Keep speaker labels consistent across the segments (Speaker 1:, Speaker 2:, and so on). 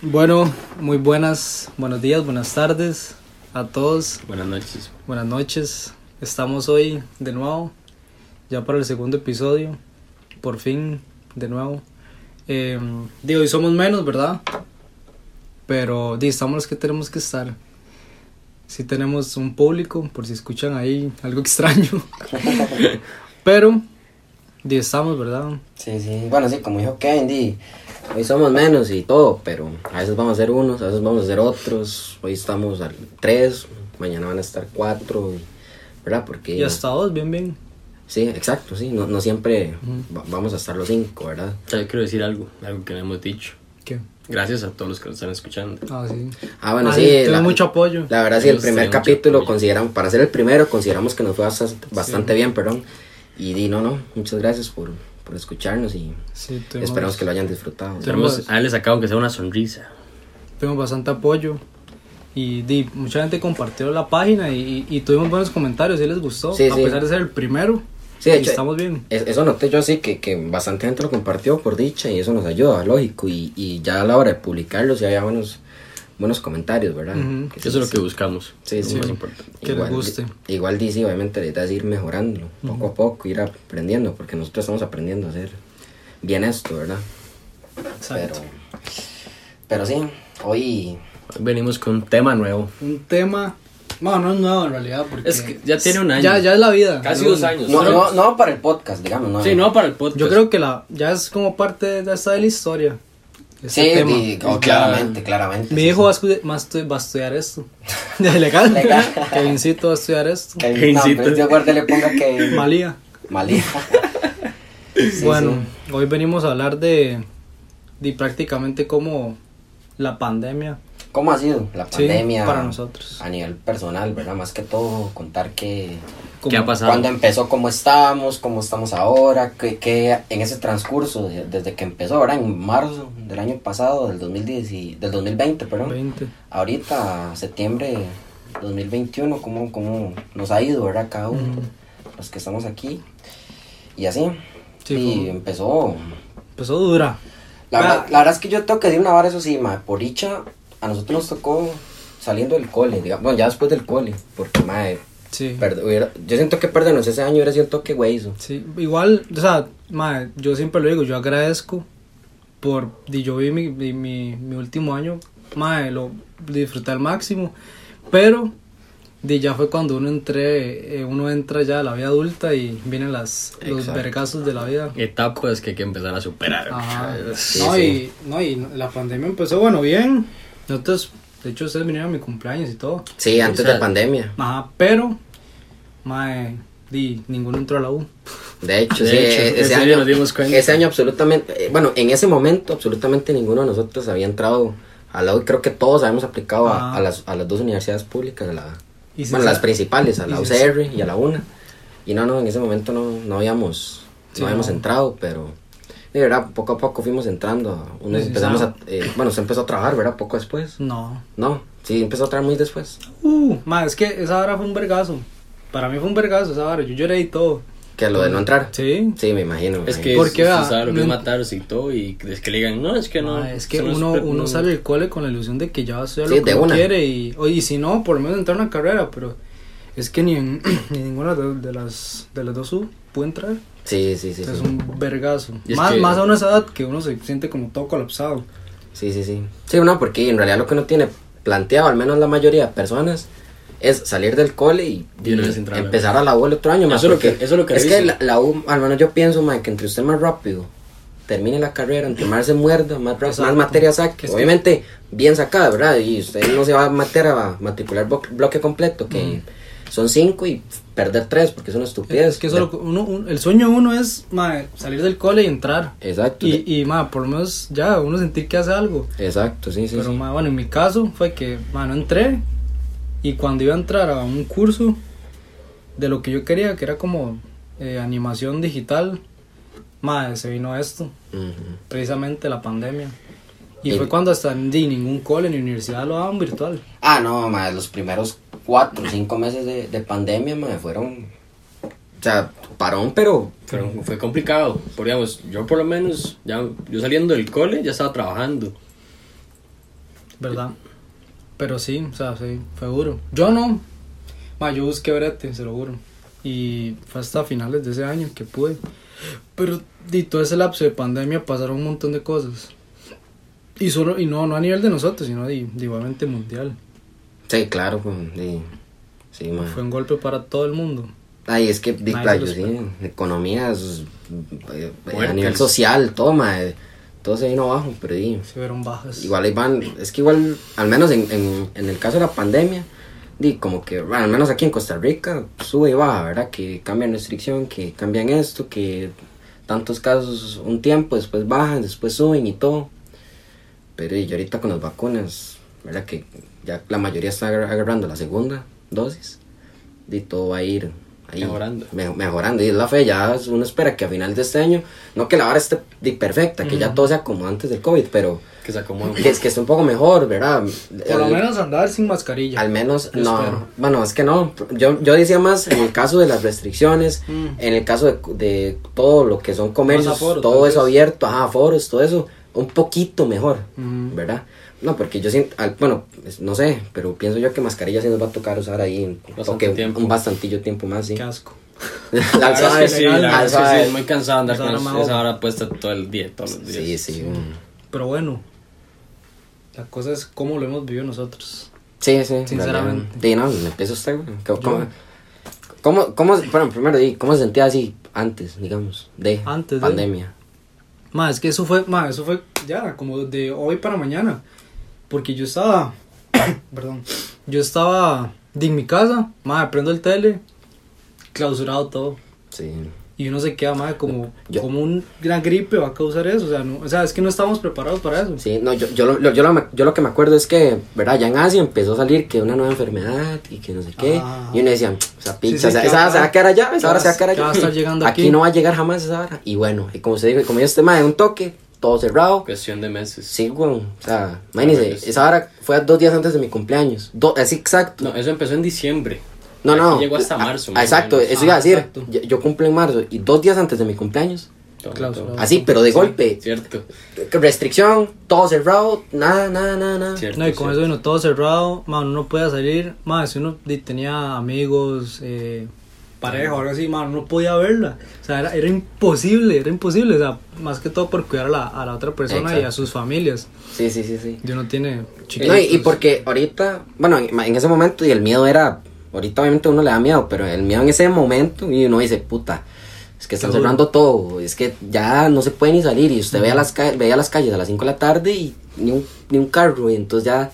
Speaker 1: Bueno, muy buenas, buenos días, buenas tardes a todos,
Speaker 2: Buenas noches.
Speaker 1: buenas noches. Estamos hoy de nuevo, ya para el segundo episodio, por fin, de nuevo. Eh, de hoy somos menos, ¿verdad? Pero di, estamos los que tenemos que estar. Si tenemos un público, por si escuchan ahí algo extraño. Pero, di, estamos, ¿verdad?
Speaker 3: Sí, sí, bueno, sí, como dijo Kevin, di, hoy somos menos y todo, pero a veces vamos a ser unos, a veces vamos a ser otros, hoy estamos al- tres, mañana van a estar cuatro, y- ¿verdad? Porque...
Speaker 1: Y hasta dos, bien, bien.
Speaker 3: Sí, exacto, sí, no, no siempre va- vamos a estar los cinco, ¿verdad?
Speaker 2: Yo quiero decir algo, algo que no hemos dicho.
Speaker 1: ¿Qué?
Speaker 2: Gracias a todos los que nos están escuchando.
Speaker 1: Ah, sí.
Speaker 3: Ah, bueno,
Speaker 1: Ah,
Speaker 3: sí,
Speaker 1: tengo
Speaker 3: la-
Speaker 1: mucho apoyo.
Speaker 3: La verdad, sí, el
Speaker 2: Sí,
Speaker 3: primer
Speaker 2: mucho
Speaker 3: capítulo
Speaker 2: apoyo.
Speaker 3: consideramos, para ser el primero, consideramos que nos fue basa- bastante bien, perdón. Y di, no, no, muchas gracias por, por escucharnos y
Speaker 1: Sí, tuvimos-
Speaker 3: esperamos que lo hayan disfrutado.
Speaker 1: Tenemos-
Speaker 2: Esperemos haberle sacado que sea una sonrisa.
Speaker 1: tuvimos bastante apoyo y di, mucha gente compartió la página y, y- y tuvimos buenos comentarios, sí les gustó,
Speaker 3: Sí,
Speaker 1: a
Speaker 3: sí.
Speaker 1: pesar de ser el primero.
Speaker 3: Sí,
Speaker 1: y
Speaker 3: de hecho,
Speaker 1: estamos bien.
Speaker 3: Es- Eso noté yo así, que, que bastante gente lo compartió por dicha y eso nos ayuda, lógico. Y, y ya a la hora de publicarlo sí había buenos, buenos comentarios, ¿verdad?
Speaker 1: Ujú.
Speaker 3: Que sí,
Speaker 2: Eso es lo que buscamos.
Speaker 3: Sí,
Speaker 2: Lo
Speaker 3: sí.
Speaker 2: más importante.
Speaker 1: que les guste.
Speaker 3: di- Igual dice, obviamente, la idea es ir mejorándolo, poco a poco, ir aprendiendo, porque nosotros estamos aprendiendo a hacer bien esto, ¿verdad? Pero,
Speaker 1: Exacto.
Speaker 3: pero sí, hoy...
Speaker 2: Hoy venimos con un tema nuevo.
Speaker 1: Un tema, bueno, no es nuevo en realidad, porque
Speaker 2: Es que ya tiene un año.
Speaker 1: Ya, ya es la vida.
Speaker 2: Casi
Speaker 1: Yo-
Speaker 2: dos años.
Speaker 3: No,
Speaker 2: Pero-
Speaker 3: no, no para el podcast, digamos, no.
Speaker 2: Sí, no para el podcast.
Speaker 1: Yo creo que la ya es como parte de esta de la historia. este
Speaker 3: Sí,
Speaker 1: tema.
Speaker 3: di- oh, claramente, claramente.
Speaker 1: Mi
Speaker 3: sí,
Speaker 1: hijo va a, estu- va a estu- va a estudiar esto. Legal.
Speaker 3: Legal.
Speaker 1: Kevincito va a estudiar esto.
Speaker 3: Que,
Speaker 2: Que
Speaker 3: no,
Speaker 2: incita.
Speaker 3: pero este guardia le ponga que...
Speaker 1: Malía.
Speaker 3: Malía. Sí,
Speaker 1: bueno, hoy venimos a hablar de, de prácticamente cómo la pandemia
Speaker 3: sí. ¿Cómo ha sido la
Speaker 1: Sí,
Speaker 3: pandemia?
Speaker 1: para nosotros.
Speaker 3: A nivel personal, ¿verdad? Más que todo, contar que...
Speaker 1: como-
Speaker 2: ¿Qué ha pasado?
Speaker 3: Cuando empezó, cómo estábamos, cómo estamos ahora, que, en ese transcurso, de- desde que empezó, ¿verdad? En marzo del año pasado, del, 2010 y- del 2020, perdón.
Speaker 1: 20.
Speaker 3: Ahorita, septiembre 2021, ¿cómo, cómo nos ha ido, ¿verdad? Cada uno, los que estamos aquí. Y así.
Speaker 1: Sí,
Speaker 3: y
Speaker 1: fue-
Speaker 3: empezó
Speaker 1: Empezó dura.
Speaker 3: La,
Speaker 1: Ah.
Speaker 3: verdad, la verdad es que yo tengo que decir una vara, eso sí, ma, por dicha, a nosotros nos tocó saliendo del cole, digamos, bueno, ya después del cole, porque, madre,
Speaker 1: Sí.
Speaker 3: yo siento que perdernos ese año hubiera sido un toque güey,
Speaker 1: Sí, igual, o sea, mae, yo siempre lo digo, yo agradezco por, y yo vi mi, mi, mi- mi último año, mae, lo disfruté al máximo, pero di, ya fue cuando uno entré, eh, uno entra ya a la vida adulta y vienen las, los
Speaker 3: Exacto.
Speaker 1: vergazos de la vida.
Speaker 2: Etapas que hay que empezar a superar.
Speaker 1: Ajá.
Speaker 2: Es-
Speaker 1: Ah, no,
Speaker 3: sí.
Speaker 1: Y, no, y la pandemia empezó, bueno, bien, nosotros, de hecho ustedes vinieron a mi cumpleaños y todo,
Speaker 3: Sí, antes
Speaker 2: O sea,
Speaker 3: de pandemia.
Speaker 1: ajá, pero, mae, di, ninguno entró a la U.
Speaker 3: De hecho,
Speaker 2: De
Speaker 3: sí,
Speaker 2: hecho,
Speaker 3: e-
Speaker 2: ese
Speaker 3: ese,
Speaker 2: año
Speaker 3: año,
Speaker 2: nos dimos cuenta.
Speaker 3: ese año absolutamente, eh, bueno, en ese momento absolutamente ninguno de nosotros había entrado a la U, creo que todos habíamos aplicado a-
Speaker 1: Ah.
Speaker 3: a, las, a las dos universidades públicas, a la,
Speaker 1: Y se
Speaker 3: bueno,
Speaker 1: sa-
Speaker 3: las principales, a
Speaker 1: y
Speaker 3: la
Speaker 1: se-
Speaker 3: UCR y a la UNA. Y no, no, en ese momento no, no habíamos,
Speaker 1: Sí,
Speaker 3: no habíamos
Speaker 1: no.
Speaker 3: entrado, pero de verdad, poco a poco fuimos entrando, a- uno
Speaker 1: Sí, sí,
Speaker 3: empezamos
Speaker 1: sabe.
Speaker 3: a, eh, bueno, se empezó a trabajar, ¿verdad? Poco después.
Speaker 1: No,
Speaker 3: No, sí, empezó a trabajar muy después.
Speaker 1: Uh, ma, es que esa hora fue un vergazo. Para mí fue un vergazo esa hora. Yo lloré y todo.
Speaker 3: Que lo de no entrar.
Speaker 1: Mm. Sí.
Speaker 3: Sí, me imagino. me
Speaker 2: Es que
Speaker 3: imagino.
Speaker 1: Porque,
Speaker 2: es,
Speaker 1: vea,
Speaker 2: usted sabe lo que es
Speaker 1: no-
Speaker 2: matarse y todo y que- es que le digan, no, es que no.
Speaker 1: Ma, es que
Speaker 2: eso no
Speaker 1: uno,
Speaker 2: pre-
Speaker 1: uno
Speaker 2: no-
Speaker 1: sale del cole con la ilusión de que ya va a estudiar
Speaker 3: Sí,
Speaker 1: lo que
Speaker 3: de
Speaker 1: uno
Speaker 3: una.
Speaker 1: quiere. Y, o, y si no, por lo menos entrar a una carrera. Pero es que ni, en, ni ninguna de, de las, de las dos U puede entrar.
Speaker 3: Sí, sí, sí.
Speaker 1: Es
Speaker 3: sí.
Speaker 1: un vergazo.
Speaker 2: Y es
Speaker 1: Más,
Speaker 2: que-
Speaker 1: más a una esa edad que uno se siente como todo colapsado.
Speaker 3: Sí, sí, sí. Sí, no, porque en realidad lo que uno tiene planteado, al menos la mayoría de personas, es salir del cole y,
Speaker 2: De una vez
Speaker 3: y
Speaker 2: entrar a la
Speaker 3: empezar a la U el otro año. ma,
Speaker 2: Eso es lo
Speaker 3: porque
Speaker 2: que- eso es lo que
Speaker 3: que
Speaker 2: dicen.
Speaker 3: la, la U, al menos yo pienso, ma, que entre usted más rápido termine la carrera, entre más se muerda, más, ra- más materias
Speaker 1: Que
Speaker 3: saque.
Speaker 1: es que-
Speaker 3: Obviamente, bien sacada, ¿verdad? Y usted no se va a meter a matricular bo- bloque completo, que
Speaker 2: Mm.
Speaker 3: son cinco y perder tres, porque es una estupidez.
Speaker 1: Es que eso lo que uno, un- el sueño de uno es ma, salir del cole y entrar.
Speaker 3: Exacto. de-
Speaker 1: Y, y ma, por lo menos ya uno sentir que hace algo.
Speaker 3: Exacto, sí, sí.
Speaker 1: Pero
Speaker 3: sí.
Speaker 1: ma, bueno, en mi caso fue que ma, no entré y cuando iba a entrar a un curso de lo que yo quería, que era como eh, animación digital, ma, se vino esto,
Speaker 3: Ujú.
Speaker 1: precisamente la pandemia. Y
Speaker 3: Y-
Speaker 1: fue cuando hasta ni ningún cole ni universidad lo daban virtual.
Speaker 3: Ah, no, madre, los primeros cuatro, cinco meses de, de pandemia, madre, fueron. O sea, parón, pero.
Speaker 2: Pero fue complicado, porque digamos, yo por lo menos, ya, yo saliendo del cole ya estaba trabajando.
Speaker 1: ¿verdad? Pero sí, o sea, sí, fue duro. Yo no, ma, yo busqué brete, se lo juro. Y fue hasta finales de ese año que pude. Pero de todo ese lapso de pandemia pasaron un montón de cosas. Y solo, y no, no a nivel de nosotros, sino de, de igualmente mundial.
Speaker 3: Sí, claro, pues, sí, sí, ma.
Speaker 1: Fue un golpe para todo el mundo.
Speaker 3: Ay, es que di
Speaker 1: Nadie
Speaker 3: playo,
Speaker 1: lo
Speaker 3: sí,
Speaker 1: espera.
Speaker 3: economías, eh, a
Speaker 2: Fuertes.
Speaker 3: nivel social, toma, eh, todo se vino abajo, pero di,
Speaker 1: Se vieron bajas.
Speaker 3: igual ahí van, es que igual, al menos en, en, en el caso de la pandemia, di como que, bueno, al menos aquí en Costa Rica, sube y baja, ¿verdad? Que cambian restricción, que cambian esto, que tantos casos un tiempo, después bajan, después suben y todo. Pero y ahorita con las vacunas, ¿verdad? Que ya la mayoría está agar- agarrando la segunda dosis. Y todo va a ir ahí
Speaker 2: Mejorando.
Speaker 3: me- mejorando. Y es la fe, ya es- uno espera que a final de este año, no que la vara esté di, perfecta, que ya todo sea como antes del COVID, pero
Speaker 2: Que se acomoda un
Speaker 3: que, es que esté un poco mejor, ¿verdad?
Speaker 1: Por lo
Speaker 3: El-
Speaker 1: menos andar sin mascarilla.
Speaker 3: al menos,
Speaker 1: Yo
Speaker 3: no.
Speaker 1: espero.
Speaker 3: Bueno, es que no. Yo, yo decía más en el caso de las restricciones,
Speaker 2: Mm.
Speaker 3: en el caso de, de todo lo que son comercios,
Speaker 1: Más aforo,
Speaker 3: todo
Speaker 1: tal
Speaker 3: eso
Speaker 1: vez.
Speaker 3: abierto, ajá, foros, todo eso, un poquito mejor,
Speaker 2: Mm.
Speaker 1: Ujú.
Speaker 3: ¿verdad? No, porque yo siento, al- bueno, es- no sé, pero pienso yo que mascarilla sí nos va a tocar usar ahí un,
Speaker 2: Bastante
Speaker 3: toque-
Speaker 2: tiempo.
Speaker 3: un bastantillo tiempo más, sí.
Speaker 1: Qué asco.
Speaker 3: Al
Speaker 2: La verdad
Speaker 3: suave,
Speaker 2: es que sí, la
Speaker 1: legal,
Speaker 2: verdad
Speaker 3: al
Speaker 2: es que sí,
Speaker 3: suave.
Speaker 2: es muy cansado andar
Speaker 1: Esa
Speaker 2: con
Speaker 1: hora me
Speaker 2: esa,
Speaker 1: ahogo.
Speaker 2: esa hora puesta todo el día, todos los días.
Speaker 3: Sí, sí. mm.
Speaker 1: Pero bueno, la cosa es cómo lo hemos vivido nosotros.
Speaker 3: Sí, sí.
Speaker 1: Sinceramente.
Speaker 3: Sí, no, empieza usted, güey. ¿Cómo, cómo, cómo, cómo- bueno, primero, di, ¿cómo se sentía así antes, digamos, de
Speaker 1: Antes de-
Speaker 3: pandemia?
Speaker 1: Ma, es que eso fue, ma, eso fue ya como de hoy para mañana. Porque yo estaba, perdón, yo estaba de en mi casa, ma, prendo el tele, clausurado todo.
Speaker 3: Sí.
Speaker 1: Y uno se queda, ma, como,
Speaker 3: Yo-
Speaker 1: como un gran gripe va a causar eso. O sea, no, o sea, es que no estamos preparados para eso.
Speaker 3: Sí, no, yo, yo, lo, lo- yo, lo, yo lo que me acuerdo es que, ¿verdad? Ya en Asia empezó a salir que una nueva enfermedad y que no sé qué.
Speaker 1: Ah.
Speaker 3: Y uno decía, "Tsk, esa pincha,
Speaker 1: sí,
Speaker 3: o sea,
Speaker 1: que
Speaker 3: esa
Speaker 1: va-
Speaker 3: se va a quedar allá,
Speaker 1: que
Speaker 3: esa hora
Speaker 1: va-
Speaker 3: se va a quedar
Speaker 1: que
Speaker 3: allá.
Speaker 1: va a estar llegando aquí.
Speaker 3: Aquí no va a llegar jamás esa hora. Y bueno, y como se dijo, como yo este mae, un toque, todo cerrado.
Speaker 2: Cuestión de meses.
Speaker 3: Sí, güey, o sea,
Speaker 1: Pues,
Speaker 3: imagínese,
Speaker 2: Claro que sí.
Speaker 3: esa hora fue dos días antes de mi cumpleaños. Do- así exacto.
Speaker 2: No, eso empezó en diciembre.
Speaker 3: No,
Speaker 2: Aquí
Speaker 3: no.
Speaker 2: Llegó hasta
Speaker 3: a-
Speaker 2: marzo.
Speaker 3: a-
Speaker 2: más o
Speaker 3: exacto,
Speaker 2: menos.
Speaker 3: eso iba a
Speaker 1: Ah,
Speaker 3: decir.
Speaker 1: exacto.
Speaker 3: Yo, yo cumplo en marzo y dos días antes de mi cumpleaus.
Speaker 2: Todo,
Speaker 1: Clausurado.
Speaker 2: todo.
Speaker 3: Así, pero de golpe.
Speaker 2: Cierto.
Speaker 3: Restricción, todo cerrado, nada, nada, nada, nada.
Speaker 2: cierto,
Speaker 1: No, y con
Speaker 2: cierto.
Speaker 1: eso vino todo cerrado, ma, uno no podía salir, ma, si uno di- tenía amigos, eh, pareja o algo así, ma, uno no podía verla, o sea, era, era imposible, era imposible, o sea, más que todo por cuidar a la, a la otra persona y a
Speaker 3: Exacto.
Speaker 1: sus familias,
Speaker 3: Sí, sí, sí, sí.
Speaker 1: y uno tiene chiquitos.
Speaker 3: No, y, y porque ahorita, bueno, en, en ese momento y el miedo era, ahorita obviamente uno le da miedo, pero el miedo en ese momento y uno dice, puta, es que están
Speaker 1: Seguro.
Speaker 3: cerrando todo, es que ya no se puede ni salir y usted veía las, ca- veía las calles a las 5 de la tarde y ni un, ni un carro y entonces ya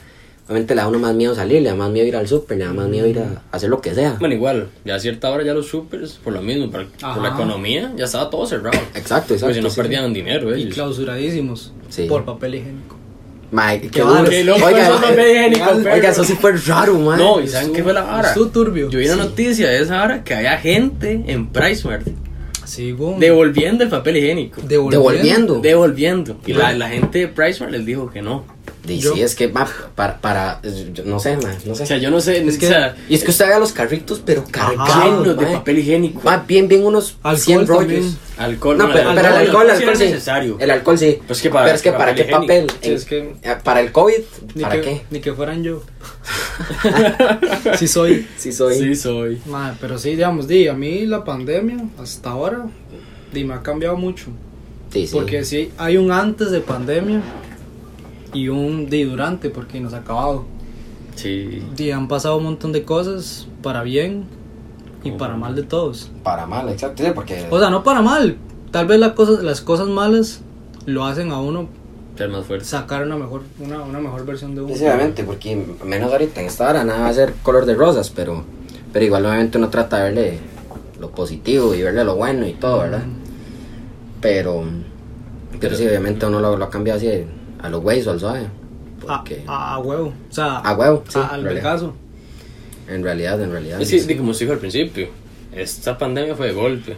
Speaker 3: obviamente le da uno más miedo salir, le da más miedo ir al súper, le da más miedo ir a, a hacer lo que sea.
Speaker 2: Bueno, igual, ya a cierta hora ya los supers, por lo mismo, por, por
Speaker 1: Ajá.
Speaker 2: la economía, ya estaba todo cerrado.
Speaker 3: Exacto, exacto.
Speaker 2: Pues si no
Speaker 3: sí.
Speaker 2: perdían dinero,
Speaker 1: y
Speaker 2: ellos.
Speaker 1: clausuradísimos
Speaker 3: Sí.
Speaker 1: por papel higiénico.
Speaker 3: Mae, qué,
Speaker 1: Qué
Speaker 3: duro.
Speaker 1: mal, qué
Speaker 2: loco, eso no me dejen ni
Speaker 3: oiga,
Speaker 2: con
Speaker 3: oiga,
Speaker 2: perro.
Speaker 3: eso sí fue raro, man.
Speaker 2: No, ¿y saben qué fue la hora?
Speaker 1: Estuvo turbio.
Speaker 2: Yo vi una noticia de esa hora que había gente en Pricemart
Speaker 1: Sí, güey.
Speaker 2: devolviendo el papel higiénico.
Speaker 3: devolviendo.
Speaker 2: Devolviendo. Y la, la gente de Pricemart les dijo que no.
Speaker 3: Y
Speaker 1: Yo-
Speaker 3: sí, es que va para, para, es- yo no sé, man, no sé.
Speaker 2: O sea, yo no sé,
Speaker 1: Es que-
Speaker 2: o sea,
Speaker 3: Y es que usted vea los carritos, pero cargados,
Speaker 2: llenos de
Speaker 3: mae.
Speaker 2: papel higiénico.
Speaker 3: Mae, Ah, bien, bien unos
Speaker 1: Alcohol
Speaker 3: 100 rollos.
Speaker 1: también.
Speaker 2: Alcohol,
Speaker 3: No,
Speaker 2: no,
Speaker 3: pero, pero el alcohol, el
Speaker 2: sí
Speaker 3: alcohol
Speaker 2: era
Speaker 3: sí.
Speaker 2: necesario.
Speaker 3: El alcohol sí.
Speaker 2: Pues que para-
Speaker 3: pero es que
Speaker 2: para
Speaker 3: para qué
Speaker 2: papel
Speaker 3: papel.
Speaker 2: higiénico.
Speaker 1: Sí, es que-
Speaker 3: Eh, Para el COVID,
Speaker 1: ni
Speaker 3: ¿para
Speaker 1: que,
Speaker 3: qué?
Speaker 1: Ni que fueran yo. sí soy.
Speaker 3: Sí soy.
Speaker 2: Sí, soy.
Speaker 1: Madre, pero sí, digamos, di, a mí la pandemia hasta ahora, di, me ha cambiado mucho.
Speaker 3: Sí, sí.
Speaker 1: Porque sí, hay un antes de pandemia y un di, durante, porque nos ha acabado.
Speaker 2: Sí.
Speaker 1: Di, han pasado un montón de cosas, para bien y
Speaker 3: Oh,
Speaker 1: para mal de todos.
Speaker 3: Para mal, exacto, sí, porque
Speaker 1: O sea, no para mal, tal vez las cosas, las cosas malas lo hacen a uno
Speaker 2: Ser más fuerte.
Speaker 1: sacar una mejor, una, una mejor versión de uno.
Speaker 3: Sí, obviamente, porque menos ahorita en esta hora nada va a ser color de rosas, pero pero igual obviamente uno trata de verle lo positivo y verle lo bueno y todo, ¿verdad? Pero pero sí, obviamente uno lo, lo ha cambiado así de- a los güeyes o al suave.
Speaker 1: A,
Speaker 3: Porque
Speaker 1: a- a huevo, o sea,
Speaker 3: a huevo, Ah, sí,
Speaker 1: Ah, a- al
Speaker 3: en realidad.
Speaker 1: vergazo.
Speaker 3: En realidad, en realidad.
Speaker 2: Es que, di- como se dijo al principio, esta pandemia fue de golpe.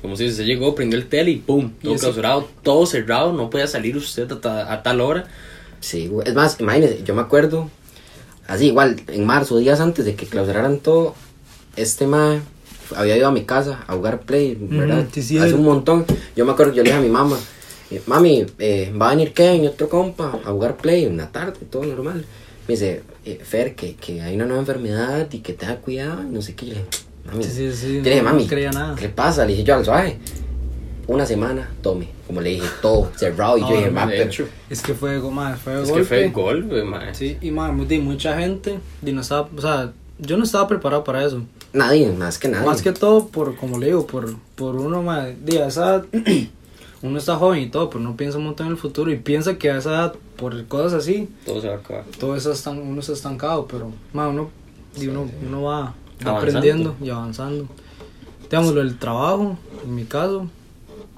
Speaker 2: Como si se llegó, prendió el tele y pum, todo
Speaker 1: ese-
Speaker 2: clausurado, todo cerrado, no podía salir usted a, ta- a tal hora.
Speaker 3: Sí, güey. Es más, imagínense, yo me acuerdo, así igual, en marzo, días antes de que clausuraran todo, este mae había ido a mi casa a jugar play, ¿verdad?
Speaker 1: sí,
Speaker 3: Hace
Speaker 1: cierto.
Speaker 3: un montón. Yo me acuerdo que yo le dije a mi mamá, eh, mami, eh, va a venir Kevin y otro compa a jugar play una tarde, todo normal. Me dice, eh, Fer, que, que hay una nueva enfermedad y que tenga cuidado, y no sé qué. Yo le dije, mami,
Speaker 1: Sí, sí, sí,
Speaker 3: yo le dije,
Speaker 1: no- no
Speaker 3: mami,
Speaker 1: creía nada.
Speaker 3: ¿qué le pasa? Le dije yo al suave, una semana, tome. Como le dije, todo cerrado. Y
Speaker 1: No,
Speaker 3: yo dije,
Speaker 1: no,
Speaker 3: ma,
Speaker 2: de
Speaker 3: Ah, pero-
Speaker 2: hecho.
Speaker 1: Es que fue, go- mae, fue de
Speaker 2: Eh, Es
Speaker 1: golpe.
Speaker 2: que fue el golpe, mae.
Speaker 1: Sí, y mae, mu- di, mucha gente, di, no estaba, o sea, yo no estaba preparado para eso.
Speaker 3: nadie, más que nadie.
Speaker 1: Más que todo por, como le digo, por, por uno, mae, di, a esa edad, uno está joven y todo, pero no piensa un montón en el futuro y piensa que a esa edad, por cosas así,
Speaker 2: Todo se va a acabar.
Speaker 1: todo eso está, uno está estancado, pero mae, uno, di, uno, uno va
Speaker 2: Avanzando.
Speaker 1: aprendiendo y avanzando. Digamos, lo del trabajo, en mi caso,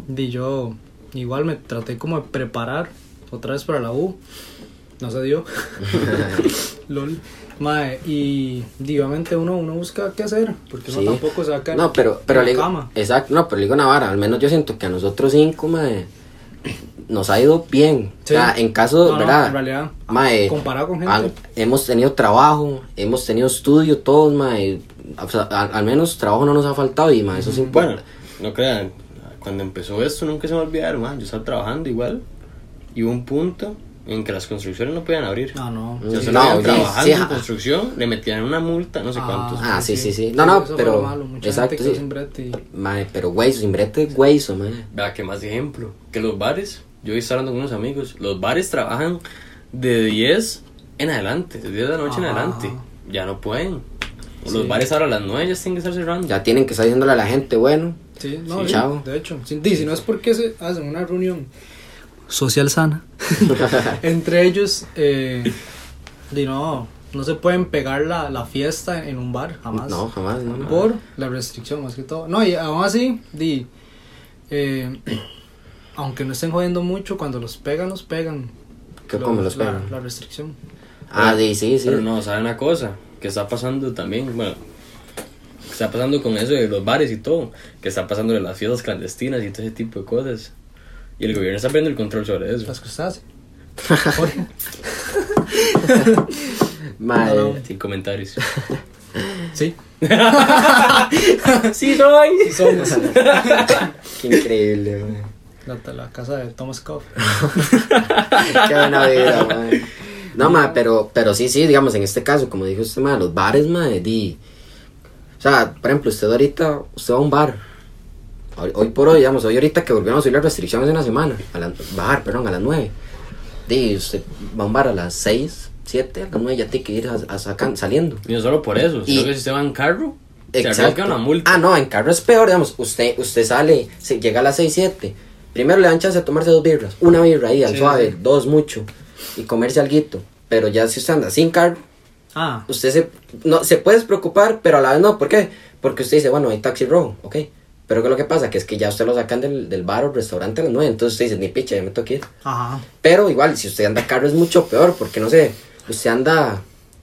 Speaker 1: di, yo igual me traté como de preparar otra vez para la U, no se dio. LOL. Mae, y di, obviamente uno, uno busca qué hacer, porque
Speaker 3: Sí.
Speaker 1: uno tampoco se va a caer
Speaker 3: No, pero, pero
Speaker 1: en
Speaker 3: le
Speaker 1: la
Speaker 3: digo,
Speaker 1: cama.
Speaker 3: exacto, no, pero le digo Navarra, al menos yo siento que a nosotros cinco, mae, nos ha ido bien.
Speaker 1: Sí.
Speaker 3: O sea, en caso,
Speaker 1: No, no,
Speaker 3: ¿verdad?
Speaker 1: en realidad,
Speaker 3: mae,
Speaker 1: comparado con gente.
Speaker 3: han- hemos tenido trabajo, hemos tenido estudio, todos, mae, o sea, a- al menos trabajo no nos ha faltado y, mae, eso es
Speaker 2: Bueno,
Speaker 3: importante.
Speaker 2: no crean, cuando empezó esto nunca se me olvidaron, man. Yo estaba trabajando igual y hubo un punto en que las construcciones no podían abrir.
Speaker 1: Ah, no.
Speaker 2: O sea,
Speaker 3: Mm,
Speaker 2: se
Speaker 3: no,
Speaker 2: estaban
Speaker 3: sí,
Speaker 2: trabajando
Speaker 3: sí,
Speaker 2: en
Speaker 3: ajá.
Speaker 2: construcción, le metían una multa, no sé
Speaker 1: Ah,
Speaker 2: cuántos.
Speaker 3: Ah, sí, sí, sí. No, no,
Speaker 1: eso fue
Speaker 3: pero-
Speaker 1: lo malo, mucha
Speaker 3: exacto,
Speaker 1: gente
Speaker 3: sí.
Speaker 1: quedó sin brete y-
Speaker 3: Mae, pero güey, sin brete, güey, eso, mae.
Speaker 2: Vea, que más ejemplo. Que los bares, yo estaba hablando con unos amigos, los bares trabajan de 10 en adelante, de 10 de la noche en
Speaker 1: Ajá.
Speaker 2: adelante. Ya no pueden. Los bares ahora a las 9 ya tienen que estar cerrando.
Speaker 3: Ya tienen que estar diciéndole a la gente, bueno,
Speaker 1: Sí, no,
Speaker 3: Sí,
Speaker 1: sí,
Speaker 3: chao.
Speaker 1: de hecho. Si, di, si no es porque se hacen una reunión social sana entre ellos, eh, di, no, no se pueden pegar la, la fiesta en un bar, jamás.
Speaker 3: no, jamás, no.
Speaker 1: Por la restricción, más que todo. No, y aún así, di, eh, aunque no estén jodiendo mucho, cuando los pegan, los pegan.
Speaker 3: ¿Qué
Speaker 1: Lo-
Speaker 3: como los
Speaker 1: la-
Speaker 3: pegan?
Speaker 1: La, restricción.
Speaker 3: Ah, sí, sí, sí.
Speaker 2: Pero no, ¿saben una cosa? Que está pasando también, bueno, que está pasando con eso de los bares y todo, que está pasando de las fiestas clandestinas y todo ese tipo de cosas. Y el gobierno está perdiendo el control sobre eso.
Speaker 1: Las que usted hace.
Speaker 3: Mae,
Speaker 2: Sin comentarios.
Speaker 1: Sí,
Speaker 2: ¡Sí soy!
Speaker 1: sí somos.
Speaker 3: qué increíble, mae.
Speaker 1: la, la casa de Thomas Cobb.
Speaker 3: Qué buena vida, mae. No, ma, pero, pero sí, sí, digamos, en este caso, como dijo usted, ma, los bares, ma, di... O sea, por ejemplo, usted ahorita, usted va a un bar. Hoy, hoy por hoy, digamos, hoy ahorita que volvieron a subir las restricciones en la semana, a la, bajar, perdón, a las 9. Di, usted va a un bar a las 6, 7, a las 9 ya tiene que ir a, a sacan- saliendo.
Speaker 2: Y no solo por eso, sino
Speaker 3: Y-
Speaker 2: que si usted va en carro, se arranca una multa.
Speaker 3: Ah, no, en carro es peor, digamos, usted, usted sale, se llega a las 6, 7. Primero le dan chance de tomarse dos birras, una birra ahí, al
Speaker 1: Sí,
Speaker 3: suave,
Speaker 1: sí.
Speaker 3: dos mucho, y comerse alguito. Pero ya si usted anda sin carro,
Speaker 1: Ah,
Speaker 3: usted se, no, se puede despreocupar, pero a la vez no, ¿por qué? Porque usted dice, bueno, hay taxi rojo, ok. Pero ¿qué es lo que pasa? Que es que ya usted lo sacan del, del bar o restaurante a las 9, entonces usted dice, ni picha, ya me toqué.
Speaker 1: ajá.
Speaker 3: Pero igual, si usted anda en carro es mucho peor, porque no sé, usted anda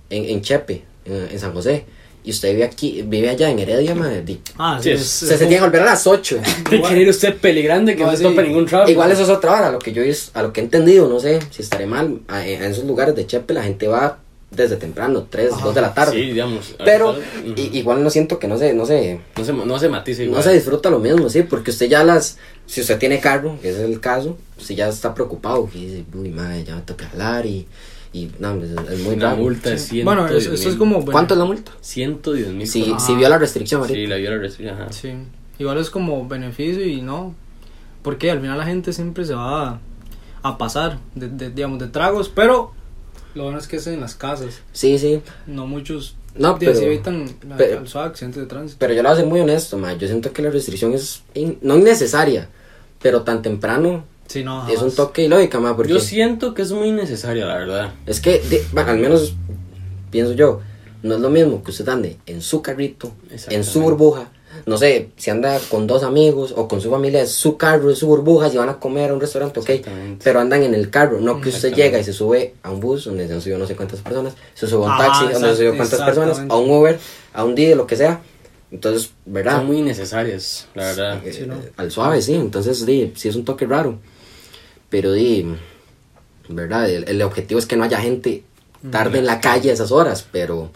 Speaker 3: en, en Chepe, eh, en, en San José, y usted vive aquí, vive allá en Heredia, madre. di-
Speaker 1: Ah,
Speaker 2: Sí,
Speaker 1: sí.
Speaker 2: es-
Speaker 1: es-
Speaker 3: se, se tiene que volver a las 8.
Speaker 2: De querer Ah, usted peligrante que
Speaker 1: No,
Speaker 2: no
Speaker 1: sí.
Speaker 2: se tope ningún tráfico.
Speaker 3: Igual eso es otra hora, a lo que yo es- a lo que he entendido, no sé si estaré mal, a- en esos lugares de Chepe la gente va desde temprano, 3, 2 de la tarde.
Speaker 2: Sí, digamos.
Speaker 3: Pero
Speaker 2: ahorita, ujú,
Speaker 3: i- igual no siento que no sé, no sé,
Speaker 2: no, se, no se matiza igual.
Speaker 3: no se disfruta lo mismo, sí, porque usted ya las si usted tiene carro, que ese es el caso, usted ya está preocupado, y dice, uy, madre, ya me toca hablar y y no, hombre, es, es muy
Speaker 2: Una
Speaker 3: raro.
Speaker 2: multa de 110
Speaker 1: Bueno, eso, eso es como. bueno,
Speaker 3: ¿Cuánto es la multa?
Speaker 2: 110 mil.
Speaker 3: Si
Speaker 1: Ah.
Speaker 3: si vio la restricción ahorita.
Speaker 2: Sí, la viola recibe, ajá.
Speaker 1: Sí, igual es como beneficio y no. Porque al final la gente siempre se va a, a pasar, de, de- digamos, de tragos, pero lo bueno es que es en las casas.
Speaker 3: Sí, sí.
Speaker 1: No muchos.
Speaker 3: No,
Speaker 1: de- se
Speaker 3: pero-
Speaker 1: evitan la-
Speaker 3: pero-
Speaker 1: al suave accidentes de tránsito.
Speaker 3: Pero yo lo voy a ser muy honesto, ma. Yo siento que la restricción es in- no innecesaria, pero tan temprano
Speaker 1: Sí, no,
Speaker 3: es un
Speaker 1: jamás.
Speaker 3: toque de lógica, ma. Porque
Speaker 2: Ah, Yo siento que es muy necesario, la verdad.
Speaker 3: es que, de- ma, al menos pienso yo, no es lo mismo que usted ande en su carrito, en
Speaker 2: Exactamente.
Speaker 3: su burbuja. No sé, si anda con dos amigos o con su familia, es su carro, es su burbuja, si van a comer a un restaurante, ok.
Speaker 2: Exactamente.
Speaker 3: Pero andan en el carro, no que usted
Speaker 2: Exactamente.
Speaker 3: llega y se sube a un bus donde se han subido no sé cuántas personas, se sube a un
Speaker 1: Ah,
Speaker 3: taxi donde se
Speaker 1: exact-
Speaker 3: subió cuántas personas, a
Speaker 1: exactamente.
Speaker 3: un Uber, a un Didi, lo que sea. Entonces, ¿verdad?
Speaker 2: Son muy innecesarias, la verdad.
Speaker 3: Eh,
Speaker 1: Sí, ¿no?
Speaker 3: al suave, sí. Entonces, di, sí es un toque raro. Pero, di, ¿verdad? El, el objetivo es que no haya gente
Speaker 1: Mm,
Speaker 3: tarde en la
Speaker 1: Mm.
Speaker 3: calle a esas horas, pero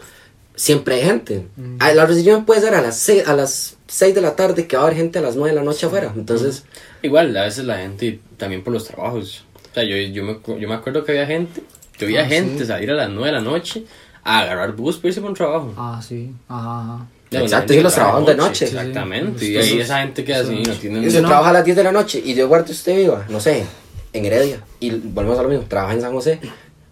Speaker 3: siempre hay gente. Ah, La restricción puede ser a las, se- a las 6 de la tarde que va a haber gente a las 9 de la noche afuera. Entonces,
Speaker 2: Igual, a veces la gente, también por los trabajos. O sea, yo, yo, me, acu- yo me acuerdo que había gente,
Speaker 1: Ah,
Speaker 2: yo veía gente salir a las 9 de la noche a agarrar bus para irse para un trabajo.
Speaker 1: Ah, sí. Ajá, ajá.
Speaker 2: Ya, bueno,
Speaker 3: Exacto,
Speaker 2: la gente
Speaker 3: y los
Speaker 2: que trabaja
Speaker 3: trabajan de noche. Sí, sí.
Speaker 2: Exactamente, y
Speaker 1: Pues,
Speaker 2: ahí esa gente queda así, no
Speaker 1: Mm.
Speaker 2: tienen...
Speaker 3: y se trabaja a las 10 de la noche y yo guardo usted viva, no sé, en Heredia. Y volvemos a lo mismo, trabaja en San José,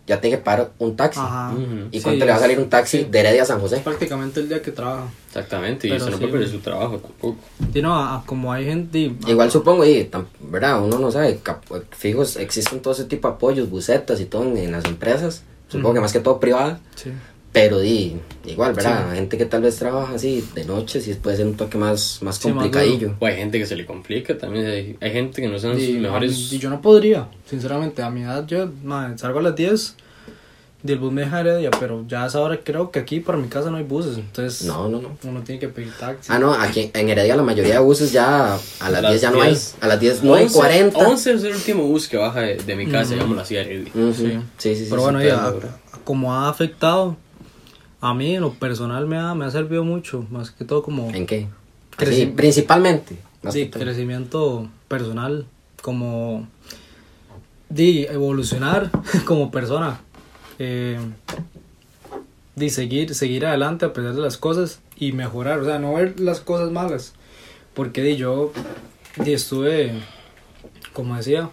Speaker 3: ya tiene que pagar un taxi.
Speaker 1: Ajá.
Speaker 2: Ujú,
Speaker 3: ¿Y
Speaker 1: Sí,
Speaker 3: cuánto le va a
Speaker 1: es-
Speaker 3: salir un taxi de Heredia a San José?
Speaker 1: Prácticamente el día que trabaja.
Speaker 2: Exactamente, y
Speaker 1: Pero
Speaker 2: eso no
Speaker 1: sí,
Speaker 2: puede perder su trabajo tampoco.
Speaker 1: Y no, a- a- como hay gente. y-
Speaker 3: Igual supongo, y, tam- ¿verdad? Uno no sabe, cap- fijos, existen todo ese tipo de apoyos, bucetas y todo en, en las empresas, supongo
Speaker 1: Mm.
Speaker 3: que más que todo privadas,
Speaker 1: Sí.
Speaker 3: pero di, igual, ¿verdad? Gente que tal vez trabaja así de noche, sí puede ser un toque más, más
Speaker 1: Sí, más duro.
Speaker 3: complicadillo.
Speaker 2: O hay gente que se le complica también, hay, hay gente que no son sus
Speaker 1: Y,
Speaker 2: mejores...
Speaker 1: y yo no podría, sinceramente. A mi edad, yo madre, salgo a las 10 del bus me deja Heredia, pero ya a esa hora creo que aquí para mi casa no hay buses. Entonces,
Speaker 3: no, no, no.
Speaker 1: uno tiene que pedir taxi.
Speaker 3: Ah, no, aquí en Heredia la mayoría de buses ya a las
Speaker 2: las
Speaker 3: 10 ya pues, no hay.
Speaker 2: 10.
Speaker 3: A las 10, 9,
Speaker 2: 11,
Speaker 3: 40.
Speaker 2: 11 es el último bus que baja de, de mi casa, digámoslo así, a Heredia.
Speaker 3: Ujú.
Speaker 1: Sí.
Speaker 3: Mm, Sí, sí, sí.
Speaker 1: pero
Speaker 3: sí,
Speaker 1: bueno,
Speaker 3: pero-
Speaker 1: ya, como ha afectado, a mí en lo personal me ha, me ha servido mucho, más que todo como
Speaker 3: ¿En qué?
Speaker 1: Creci-
Speaker 3: Sí, principalmente. más
Speaker 1: sí,
Speaker 3: que todo.
Speaker 1: crecimiento personal, como de evolucionar como persona, eh, de seguir, seguir adelante a pesar de las cosas y mejorar, o sea, no ver las cosas malas, porque di, yo di, estuve, como decía,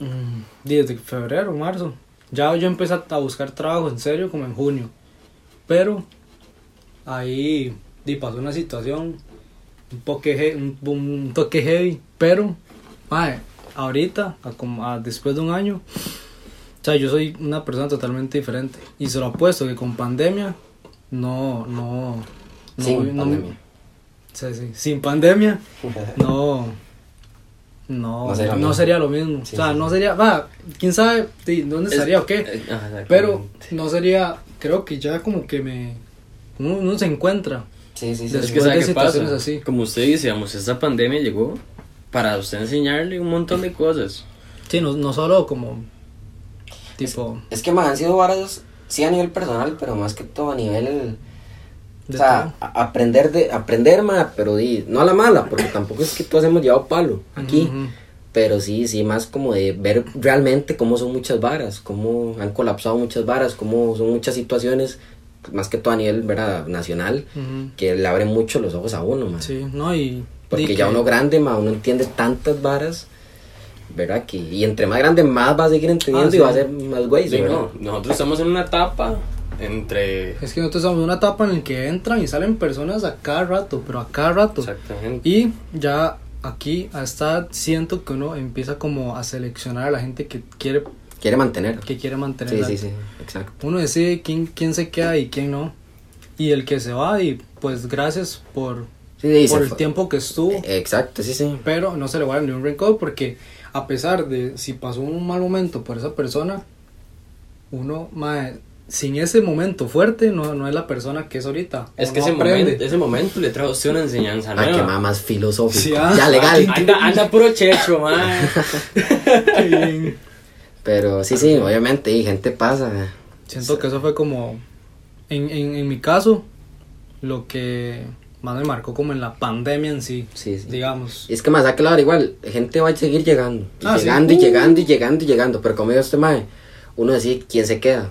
Speaker 1: mm, di, desde febrero, marzo, ya yo empecé a, a buscar trabajo en serio como en junio, pero ahí di, pasó una situación un, poque he- un, un toque heavy, pero mae, ahorita, a como- a después de un año, o sea, yo soy una persona totalmente diferente. Y se lo apuesto que con pandemia, no, no, no,
Speaker 3: Sí,
Speaker 1: no-
Speaker 3: pandemia.
Speaker 1: sí, sí, sin pandemia, no, no,
Speaker 3: No
Speaker 1: no
Speaker 3: sería lo
Speaker 1: sería,
Speaker 3: mismo.
Speaker 1: lo mismo. o sea, no sería, va, quién sabe sí, dónde estaría o qué.
Speaker 2: Eh, ajá, exactamente.
Speaker 1: Pero no sería, creo que ya como que me, uno, uno se encuentra.
Speaker 3: Sí, sí, sí.
Speaker 1: Después
Speaker 2: Es que sabe
Speaker 1: de
Speaker 2: qué pasa.
Speaker 1: situaciones así.
Speaker 2: Como usted dice, digamos, esta pandemia llegó para usted enseñarle un montón de cosas.
Speaker 1: Sí, no, no solo como, tipo...
Speaker 3: Es que más han sido varas, sí a nivel personal, pero más que todo a nivel.
Speaker 1: De
Speaker 3: o sea, a- aprender, de, aprender más, pero di, no a la mala, porque tampoco es que todos hemos llevado palo aquí.
Speaker 1: Ujú.
Speaker 3: Pero sí, sí, más como de ver realmente cómo son muchas varas, cómo han colapsado muchas varas, cómo son muchas situaciones, más que todo a nivel ¿verdad? nacional,
Speaker 1: Ujú.
Speaker 3: que le abren mucho los ojos a uno, más.
Speaker 1: Sí, no, y...
Speaker 3: Porque
Speaker 1: di
Speaker 3: ya
Speaker 1: que-
Speaker 3: uno grande, más uno entiende tantas varas, ¿verdad? Que, y entre más grande, más va a seguir entendiendo
Speaker 1: Ah, sí.
Speaker 3: y va a ser más güey,
Speaker 2: Sí,
Speaker 3: ¿verdad?
Speaker 2: no, nosotros estamos en una etapa entre.
Speaker 1: Es que nosotros estamos en una etapa en la que entran y salen personas a cada rato, pero a cada rato.
Speaker 2: Exactamente.
Speaker 1: Y ya aquí hasta siento que uno empieza como a seleccionar a la gente que quiere,
Speaker 3: Quiere mantener.
Speaker 1: que quiere mantener.
Speaker 3: Sí,
Speaker 1: la-
Speaker 3: sí, sí, exacto.
Speaker 1: Uno decide quién, quién se queda y quién no. Y el que se va, y pues gracias por,
Speaker 3: Sí, sí,
Speaker 1: por
Speaker 3: se
Speaker 1: el
Speaker 3: fue.
Speaker 1: tiempo que estuvo.
Speaker 3: Eh, Exacto, sí, sí.
Speaker 1: pero no se le va a dar ni un rencor porque a pesar de si pasó un mal momento por esa persona, uno mae, sin ese momento fuerte no, no es la persona que es ahorita.
Speaker 2: es que
Speaker 1: Uno
Speaker 2: ese
Speaker 1: aprende.
Speaker 2: momento, ese momento le trajo a usted una enseñanza
Speaker 3: Ah, que
Speaker 2: nueva.
Speaker 3: más filosófico.
Speaker 1: Sí, ah.
Speaker 3: ya legal.
Speaker 2: Anda, anda puro checho, man.
Speaker 1: Qué bien.
Speaker 3: Pero sí, sí, obviamente, y gente pasa.
Speaker 1: Siento que eso fue como, en, en, en mi caso, lo que más me marcó como en la pandemia en sí,
Speaker 3: Sí, sí.
Speaker 1: digamos.
Speaker 3: Y es que más, ah, claro, igual, gente va a seguir llegando. y
Speaker 1: Ah, sí.
Speaker 3: llegando y llegando y llegando y llegando. Pero como digo este mae, uno decide quién se queda.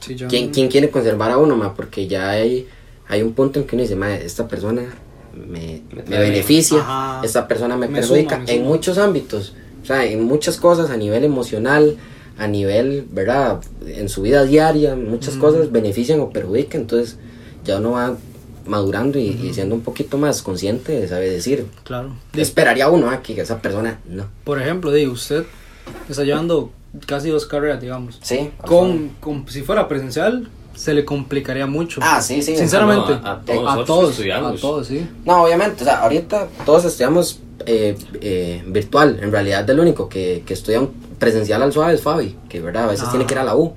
Speaker 1: Sí, yo-
Speaker 3: ¿Quién, quién quiere conservar a uno, mae? Porque ya hay, hay un punto en que uno dice, mae, esta persona me, me
Speaker 2: trae-
Speaker 3: beneficia,
Speaker 1: Ajá.
Speaker 3: esta persona me,
Speaker 1: Me
Speaker 3: perjudica.
Speaker 1: suma, me
Speaker 3: en
Speaker 1: suma.
Speaker 3: muchos ámbitos. O sea, en muchas cosas, a nivel emocional, a nivel, ¿verdad? En su vida diaria,
Speaker 1: Mm.
Speaker 3: muchas cosas benefician o perjudican. Entonces, ya uno va madurando y, y siendo un poquito más consciente de saber decir,
Speaker 1: Claro.
Speaker 3: le esperaría uno a que esa persona no.
Speaker 1: Por ejemplo, digo, usted está llevando casi dos carreras, digamos.
Speaker 3: Sí.
Speaker 1: Con, con- si fuera presencial, se le complicaría mucho.
Speaker 3: Ah, sí, sí.
Speaker 1: Sinceramente,
Speaker 2: No, a- a todos nosotros estudiamos.
Speaker 1: a todos, sí.
Speaker 3: No, obviamente, o sea, ahorita todos estudiamos eh, eh, virtual. En realidad, el único que, que estudia un presencial al suave es Fabi, que verdad, a veces
Speaker 1: Ah.
Speaker 3: tiene que ir a la U.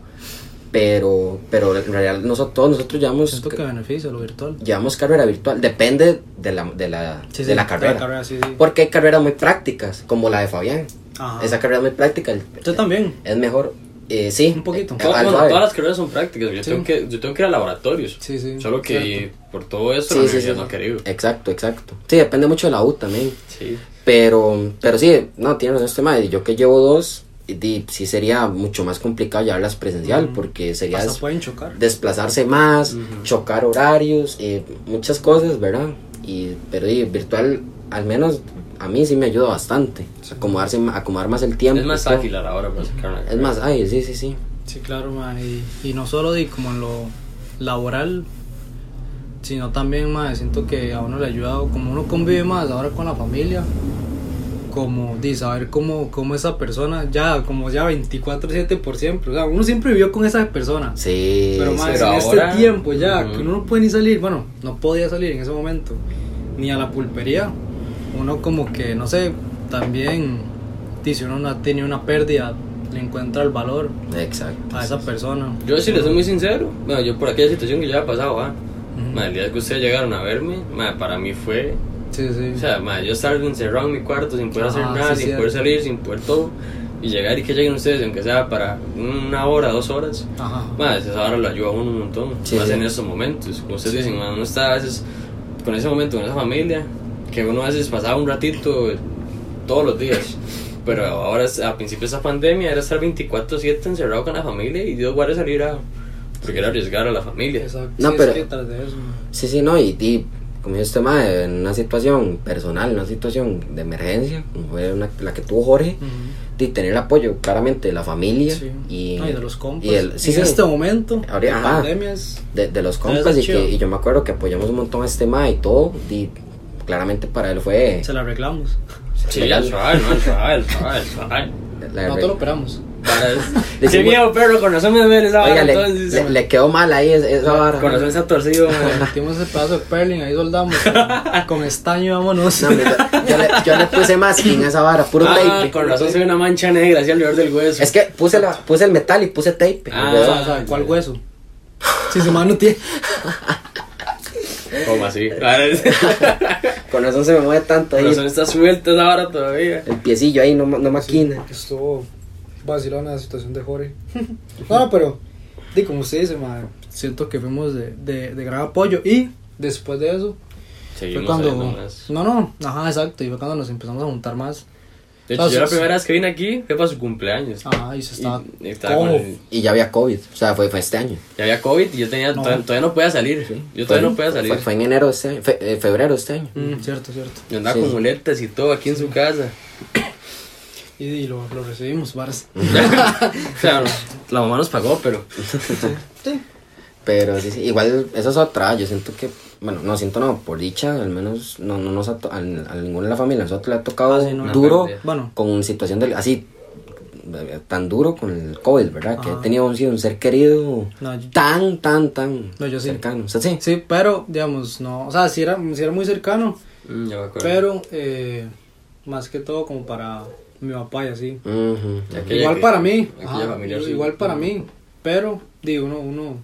Speaker 3: Pero, pero en realidad, nosotros, todos nosotros llevamos,
Speaker 1: Siento que beneficia lo virtual.
Speaker 3: llevamos carrera virtual. Depende de la, de la,
Speaker 1: Sí, sí,
Speaker 3: de la carrera.
Speaker 1: sí, Ah. sí.
Speaker 3: Porque hay carreras muy prácticas, como la de Fabián.
Speaker 1: Ajá.
Speaker 3: Esa carrera es muy práctica. el-
Speaker 1: Yo también.
Speaker 3: Es mejor Eh, sí.
Speaker 1: Un poquito.
Speaker 3: eh,
Speaker 1: Todo-
Speaker 3: al
Speaker 2: Todas, bueno,
Speaker 3: suave.
Speaker 2: todas las carreras son prácticas. Yo,
Speaker 1: Sí.
Speaker 2: tengo que, yo tengo que ir a laboratorios.
Speaker 1: Sí, sí,
Speaker 2: Solo que por todo esto
Speaker 3: Sí, sí,
Speaker 2: la universidad
Speaker 3: sí,
Speaker 2: no ha
Speaker 3: sí.
Speaker 2: querido.
Speaker 3: Exacto, exacto. Sí, depende mucho de la U también.
Speaker 2: Sí.
Speaker 3: Pero, pero sí, no, tienes este madre. Yo que llevo dos, y di- sí sería mucho más complicado llevarlas presencial porque sería
Speaker 1: Hasta
Speaker 3: des-
Speaker 1: pueden chocar.
Speaker 3: desplazarse más, chocar horarios, eh, muchas cosas, ¿verdad? Y, pero di, virtual, al menos a mí sí me ayuda bastante. Acomodarse, ma- acomodar más el tiempo.
Speaker 2: Es más
Speaker 3: todo.
Speaker 2: ágil a la hora para sacar una
Speaker 3: Es
Speaker 2: carrera.
Speaker 3: más, ay, sí, sí, sí.
Speaker 1: Sí, claro, ma, y, y no solo de como en lo laboral, sino también, ma, siento que a uno le ayuda, como uno convive más ahora con la familia, como de saber cómo, cómo esa persona, ya, como ya 24-7 por siempre, o sea, uno siempre vivió con esa persona,
Speaker 3: Sí.
Speaker 1: pero ma,
Speaker 3: sí.
Speaker 1: en
Speaker 2: pero ahora-
Speaker 1: este tiempo ya,
Speaker 2: Ujú.
Speaker 1: que uno no puede ni salir, bueno, no podía salir en ese momento, ni a la pulpería, uno como que, no sé, también, di, si uno no ha tenido una pérdida, le encuentra el valor
Speaker 3: Exacto.
Speaker 2: ah.
Speaker 1: a esa persona.
Speaker 2: Yo si les soy muy sincero, bueno, yo por aquella situación que ya ha pasado, ah, madre, el día que ustedes llegaron a verme, madre, para mí fue,
Speaker 1: Sí, sí.
Speaker 2: o sea, madre, yo estar encerrado en mi cuarto sin poder hacer
Speaker 1: Ah,
Speaker 2: nada,
Speaker 1: sí,
Speaker 2: sin
Speaker 1: cierto.
Speaker 2: poder salir, sin poder todo, y llegar y que lleguen ustedes, aunque sea para una hora, dos horas,
Speaker 1: Ajá.
Speaker 2: madre, esa hora lo ayuda a uno un montón,
Speaker 3: Sí,
Speaker 2: más
Speaker 3: sí.
Speaker 2: en esos momentos, como ustedes
Speaker 1: Sí.
Speaker 2: dicen, madre, uno está a veces con ese momento, con esa familia, que uno a veces pasaba un ratito eh, todos los días. Pero ahora, es- a principio de esa pandemia, era estar 24-7 encerrado con la familia y Dios guarde salir a. Porque era arriesgar a la familia.
Speaker 1: Exacto.
Speaker 3: No,
Speaker 1: Sí, es
Speaker 3: pero-
Speaker 1: que tras de eso, ma.
Speaker 3: Sí, sí, no, y, y como yo este madre, en una situación personal, en una situación de emergencia, como fue una- la que tuvo Jorge, de tener apoyo claramente de la familia
Speaker 1: Sí.
Speaker 3: y,
Speaker 1: No, y de los compas.
Speaker 3: y el- sí,
Speaker 1: en
Speaker 3: sí,
Speaker 1: este momento,
Speaker 3: Ahora,
Speaker 1: la
Speaker 3: ajá.
Speaker 1: pandemia es.
Speaker 3: de, de los
Speaker 1: Pero
Speaker 3: compas
Speaker 1: eso
Speaker 3: y,
Speaker 1: es chido.
Speaker 3: que, y yo me acuerdo que apoyamos un montón a este madre y todo, y claramente para él fue...
Speaker 1: Se la arreglamos.
Speaker 2: Sí, al suave, no, al suave, al suave, al suave.
Speaker 3: la-
Speaker 1: Nosotros lo operamos.
Speaker 2: Para el-
Speaker 3: Decimos-
Speaker 2: Ese viejo perro, con razón me duele esa vara,
Speaker 3: Oiga, le,
Speaker 2: entonces.
Speaker 3: le- le quedó mal ahí es- esa vara.
Speaker 2: Con razón se ha torcido, man.
Speaker 1: Metimos ese pedazo de perling, ahí soldamos. con, con estaño, y vámonos.
Speaker 3: No, hombre, yo, yo le, yo le puse masking a esa vara, puro
Speaker 2: Ah,
Speaker 3: tape.
Speaker 2: con razón se ve una mancha negra hacia alrededor del hueso.
Speaker 3: Es que puse, la, puse el metal y puse tape.
Speaker 2: Ah,
Speaker 1: O sea, o sea, ¿Cuál hueso? Si su mano tiene.
Speaker 2: ¿Cómo así? Ah, Para el-
Speaker 3: Con razón se me mueve tanto
Speaker 2: Con
Speaker 3: ahí.
Speaker 2: razón está suelta esa vara todavía.
Speaker 3: El piecillo ahí no, ma- no maquina.
Speaker 1: Estuvo vacilona la situación de Jorge. no, pero, di, como usted dice, ma, siento que fuimos de, de, de gran apoyo. Y después de eso, fue
Speaker 2: Seguimos
Speaker 1: cuando.
Speaker 2: saliendo más.
Speaker 1: No, no, ajá, exacto. Y fue cuando nos empezamos a juntar más.
Speaker 2: De hecho, yo
Speaker 1: Ah,
Speaker 2: la
Speaker 1: sí,
Speaker 2: primera vez que vine aquí fue para su cumpleaños.
Speaker 1: Ajá, y se estaba.
Speaker 2: Y estaba con
Speaker 1: cojo.
Speaker 2: el-
Speaker 3: Y ya había COVID, o sea, fue, fue este año.
Speaker 2: Ya había COVID y yo tenía,
Speaker 1: No.
Speaker 2: todavía, todavía no podía salir. Yo todavía no podía salir.
Speaker 3: Fue, fue en enero de este año, fe- eh, febrero de este año.
Speaker 1: Mm, cierto, cierto.
Speaker 2: Yo andaba
Speaker 3: Sí.
Speaker 2: con muletas y todo aquí en su casa.
Speaker 1: Y, y lo, lo recibimos, Varas.
Speaker 2: o sea, no, la mamá nos pagó, pero.
Speaker 1: Sí.
Speaker 3: Pero sí, sí, igual eso es otra, yo siento que, bueno, no siento no, por dicha, al menos no, no nos ha to- a, a ninguno de la familia, a nosotros le ha tocado
Speaker 1: Ah, sí, no,
Speaker 3: duro,
Speaker 2: pérdida.
Speaker 1: Bueno.
Speaker 3: con situación de, así, eh, tan duro con el COVID, ¿verdad? Que he
Speaker 1: Ajá.
Speaker 3: tenido un, sí, un ser querido
Speaker 1: No, yo-
Speaker 3: tan, tan, tan
Speaker 1: No, yo sí.
Speaker 3: cercano, o sea, sí.
Speaker 1: Sí, pero, digamos, no. O sea, sí era, sí era muy cercano,
Speaker 2: Mm, ya me acuerdo.
Speaker 1: pero eh, más que todo como para mi papá y así.
Speaker 3: Ujú.
Speaker 2: Aquella
Speaker 1: Igual
Speaker 2: que-
Speaker 1: para mí.
Speaker 2: aquella
Speaker 1: ajá,
Speaker 2: familiar, sí.
Speaker 1: igual para mí. Pero, digo, uno, uno,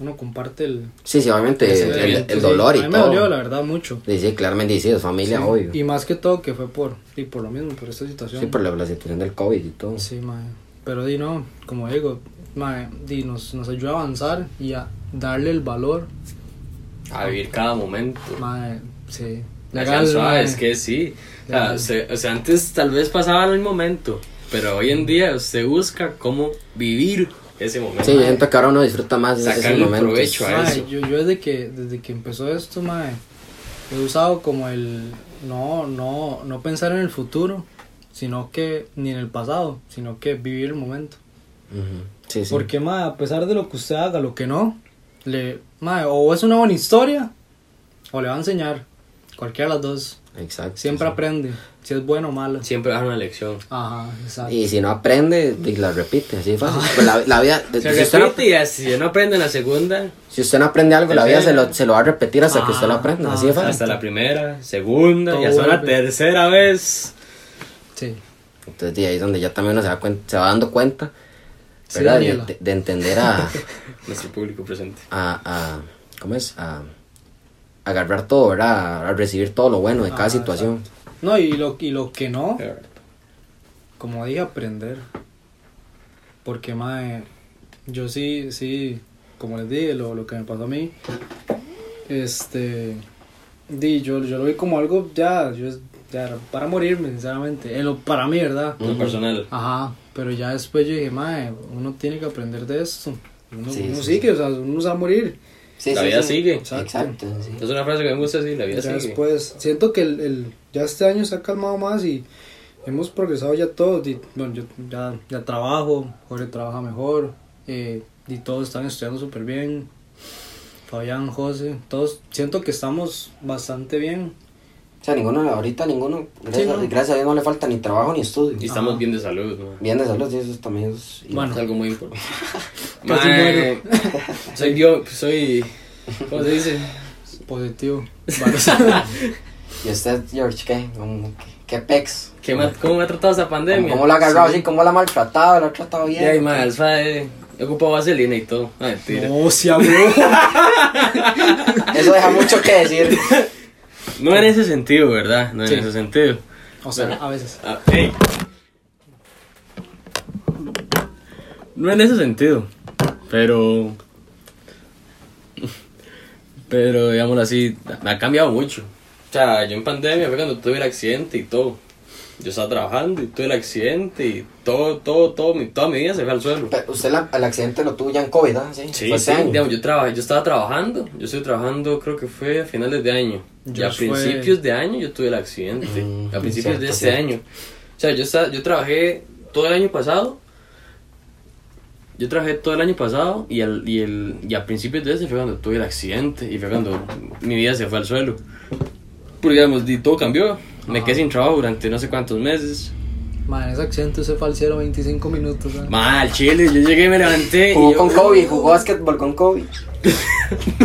Speaker 1: uno comparte el.
Speaker 3: Sí, sí, obviamente
Speaker 1: ese
Speaker 3: el,
Speaker 1: evento,
Speaker 3: el
Speaker 1: sí.
Speaker 3: dolor
Speaker 1: A
Speaker 3: y
Speaker 1: mí me dolió, la
Speaker 3: todo.
Speaker 1: verdad, mucho.
Speaker 3: Sí, sí, claramente, sí, es familia, obvio.
Speaker 1: Y más que todo que fue por, y por lo mismo, por esta situación.
Speaker 3: Sí, por la, la situación del COVID y todo.
Speaker 1: Sí, mae. Pero di no, como digo, mae, di nos, nos ayuda a avanzar y a darle el valor,
Speaker 2: A vivir cada momento.
Speaker 1: mae, sí.
Speaker 2: Legal,
Speaker 1: mae.
Speaker 2: es que sí. O sea,
Speaker 1: Legal.
Speaker 2: se- o sea, antes tal vez pasaba el momento, pero hoy en día se busca cómo vivir ese momento.
Speaker 3: Sí, yo siento que ahora uno disfruta más de esos
Speaker 2: Sacarle
Speaker 3: momentos.
Speaker 2: provecho a
Speaker 1: Mae,
Speaker 2: eso.
Speaker 1: yo, yo desde que desde que empezó esto, mae, he usado como el no no no pensar en el futuro, sino que ni en el pasado, sino que vivir el momento.
Speaker 3: Ujú. Sí, sí.
Speaker 1: Porque, mae, a pesar de lo que usted haga, lo que no, le, mae, o es una buena historia o le va a enseñar. Cualquiera de las dos.
Speaker 3: Exacto.
Speaker 1: Siempre aprende, si es bueno o malo.
Speaker 2: Siempre bajar una lección.
Speaker 1: Ajá, exacto.
Speaker 3: Y si no aprende, y la repite, así de fácil.
Speaker 2: Ah.
Speaker 3: Pues la, la vida, de-
Speaker 2: Se
Speaker 3: si, usted no,
Speaker 2: repite y así, si no aprende en la segunda,
Speaker 3: si usted no aprende algo, la vida se lo,
Speaker 2: Tercera.
Speaker 3: se lo va a repetir hasta que usted lo
Speaker 1: Ah,
Speaker 3: aprenda, así
Speaker 1: ah,
Speaker 3: de fácil.
Speaker 2: hasta la primera, segunda,
Speaker 1: Todo
Speaker 2: y hasta la
Speaker 1: vuelve.
Speaker 2: tercera vez.
Speaker 1: Sí.
Speaker 3: Entonces, de ahí es donde ya también uno se, da cuen- se va dando cuenta,
Speaker 1: Sí,
Speaker 3: ¿verdad? De-
Speaker 1: Daniela.
Speaker 3: de, de entender a,
Speaker 2: Nuestro público presente.
Speaker 3: a, a- ¿cómo es? A agarrar todo, ¿verdad? A recibir todo lo bueno de cada
Speaker 1: Ajá,
Speaker 3: situación.
Speaker 1: No, y lo, y lo que no, como dije, aprender. Porque, mae, yo sí, sí, como les dije, lo, lo que me pasó a mí, este, di, yo, yo lo vi como algo ya, yo, ya era para morirme, sinceramente, en lo, para mí, ¿verdad?
Speaker 3: Mm.
Speaker 2: Lo personal.
Speaker 1: Ajá, pero ya después yo dije, mae, uno tiene que aprender de esto. Uno,
Speaker 3: Sí,
Speaker 1: uno
Speaker 3: sí,
Speaker 1: sigue, o sea, uno se va a morir.
Speaker 3: Sí,
Speaker 2: la
Speaker 3: sí,
Speaker 2: vida
Speaker 3: sí.
Speaker 2: sigue.
Speaker 3: Exacto, sí.
Speaker 2: Es una frase que me gusta así, la vida
Speaker 1: Ya
Speaker 2: sigue.
Speaker 1: después, siento que el, el- ya este año se ha calmado más y hemos progresado ya todos. y, bueno, yo ya, ya trabajo, Jorge trabaja mejor, eh, y todos están estudiando súper bien. Fabián, José, todos siento que estamos bastante bien.
Speaker 3: O sea, ninguno, ahorita ninguno, gracias,
Speaker 1: Sí, ¿no?
Speaker 3: gracias a Dios no le falta ni trabajo ni estudio.
Speaker 2: Y estamos bien de salud, man.
Speaker 3: Bien de salud, sí, eso también es... y-
Speaker 1: Bueno.
Speaker 2: Es algo muy importante.
Speaker 1: Casi
Speaker 2: Mae, Soy Dios, soy. ¿Cómo se dice?
Speaker 1: Positivo. Vale.
Speaker 3: ¿Y usted, George, qué? ¿Cómo- qué- ¿Qué pex?
Speaker 2: ¿Qué me ha- ¿Cómo me ha tratado esa pandemia?
Speaker 3: ¿Cómo, cómo la ha agarrado así? ¿Cómo la ha maltratado? ¿La ha tratado bien?
Speaker 2: Ya, y mae, alfa, eh, he ocupado vaselina y todo. Ah, mentira.
Speaker 1: no, si habló.
Speaker 3: Eso deja mucho que decir.
Speaker 2: No. en ese sentido, ¿verdad? No en
Speaker 1: Sí.
Speaker 2: ese sentido.
Speaker 1: O sea, a veces.
Speaker 2: Ah, ey. No en ese sentido, pero. Pero, digámoslo así, me ha cambiado mucho. O sea, yo en pandemia fue cuando tuve el accidente y todo. Yo estaba trabajando y tuve el accidente y todo, todo, todo, mi, toda mi vida se fue al suelo.
Speaker 3: Pero usted la- el accidente lo tuvo ya en COVID, ¿ah? Sí,
Speaker 2: Sí,
Speaker 3: Fue
Speaker 2: sí,
Speaker 3: este año.
Speaker 2: digamos, yo, traba- yo estaba trabajando, yo estoy trabajando creo que fue a finales de año. y
Speaker 1: Yo
Speaker 2: a
Speaker 1: fue-
Speaker 2: principios de año yo tuve el accidente,
Speaker 3: Mm,
Speaker 2: a principios
Speaker 3: cierto,
Speaker 2: de este
Speaker 3: cierto.
Speaker 2: año. O sea, yo, estaba- yo trabajé todo el año pasado, yo trabajé todo el año pasado y, al- y, el, y a principios de ese fue cuando tuve el accidente y fue cuando mi vida se fue al suelo. Porque digamos, di- todo cambió, me quedé sin trabajo durante no sé cuántos meses.
Speaker 1: Man, ese accidente se fue al cielo 25 minutos. ¿sabes?
Speaker 2: Mal, chile, yo llegué, me levanté y
Speaker 3: Jugó
Speaker 2: yo-
Speaker 3: con COVID, jugó básquetbol con COVID.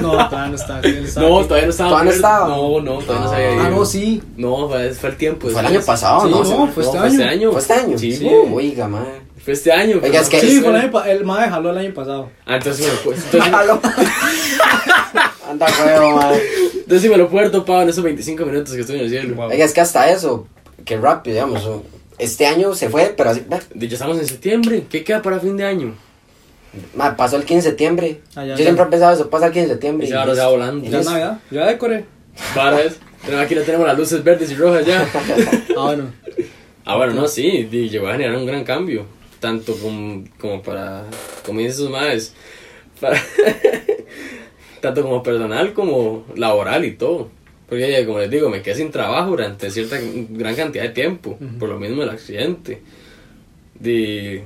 Speaker 1: No, todavía no está. él está
Speaker 2: No,
Speaker 1: aquí.
Speaker 2: todavía no estaba.
Speaker 3: ¿Todavía no estaba?
Speaker 2: No, no, todavía no se había ido.
Speaker 1: Ah, no, sí.
Speaker 2: No, fue, fue el tiempo.
Speaker 3: Fue el año pasado,
Speaker 1: Sí,
Speaker 3: ¿no?
Speaker 1: no, fue este año.
Speaker 3: ¿Fue este año?
Speaker 2: Sí,
Speaker 3: Uh, Oiga, madre.
Speaker 2: fue este año.
Speaker 3: Oiga,
Speaker 2: pero-
Speaker 3: es que-
Speaker 1: Sí, fue el año pa- el mae jaló el año pasado.
Speaker 2: Ah, entonces me lo puedo. Entonces,
Speaker 3: Malo. Anda, huevo, madre.
Speaker 2: entonces sí me lo puedo haber topado en esos 25 minutos que estuve en el cielo.
Speaker 3: Oiga, es que hasta eso, que rápido, digamos. o- Este año se fue, pero así, ve,
Speaker 2: De- Ya estamos en septiembre. ¿Qué queda para fin de año?
Speaker 3: ma, pasó el 15 de septiembre.
Speaker 1: Ah, ya,
Speaker 3: Yo
Speaker 1: ya.
Speaker 3: siempre he pensado eso, pasa el 15 de septiembre.
Speaker 2: Y ahora se va
Speaker 3: listo.
Speaker 2: volando.
Speaker 1: Ya
Speaker 3: Y
Speaker 1: es
Speaker 3: listo.
Speaker 1: Navidad, ya decoré.
Speaker 2: Para eso. Tenemos- Aquí le tenemos las luces verdes y rojas ya.
Speaker 1: Ah, bueno.
Speaker 2: Ah, bueno, no, sí. di- Llegó a generar un gran cambio. Tanto como, como para. Como dicen sus madres. para- tanto como personal como laboral y todo. Porque ya, como les digo, me quedé sin trabajo durante cierta gran cantidad de tiempo, por lo mismo el accidente. De,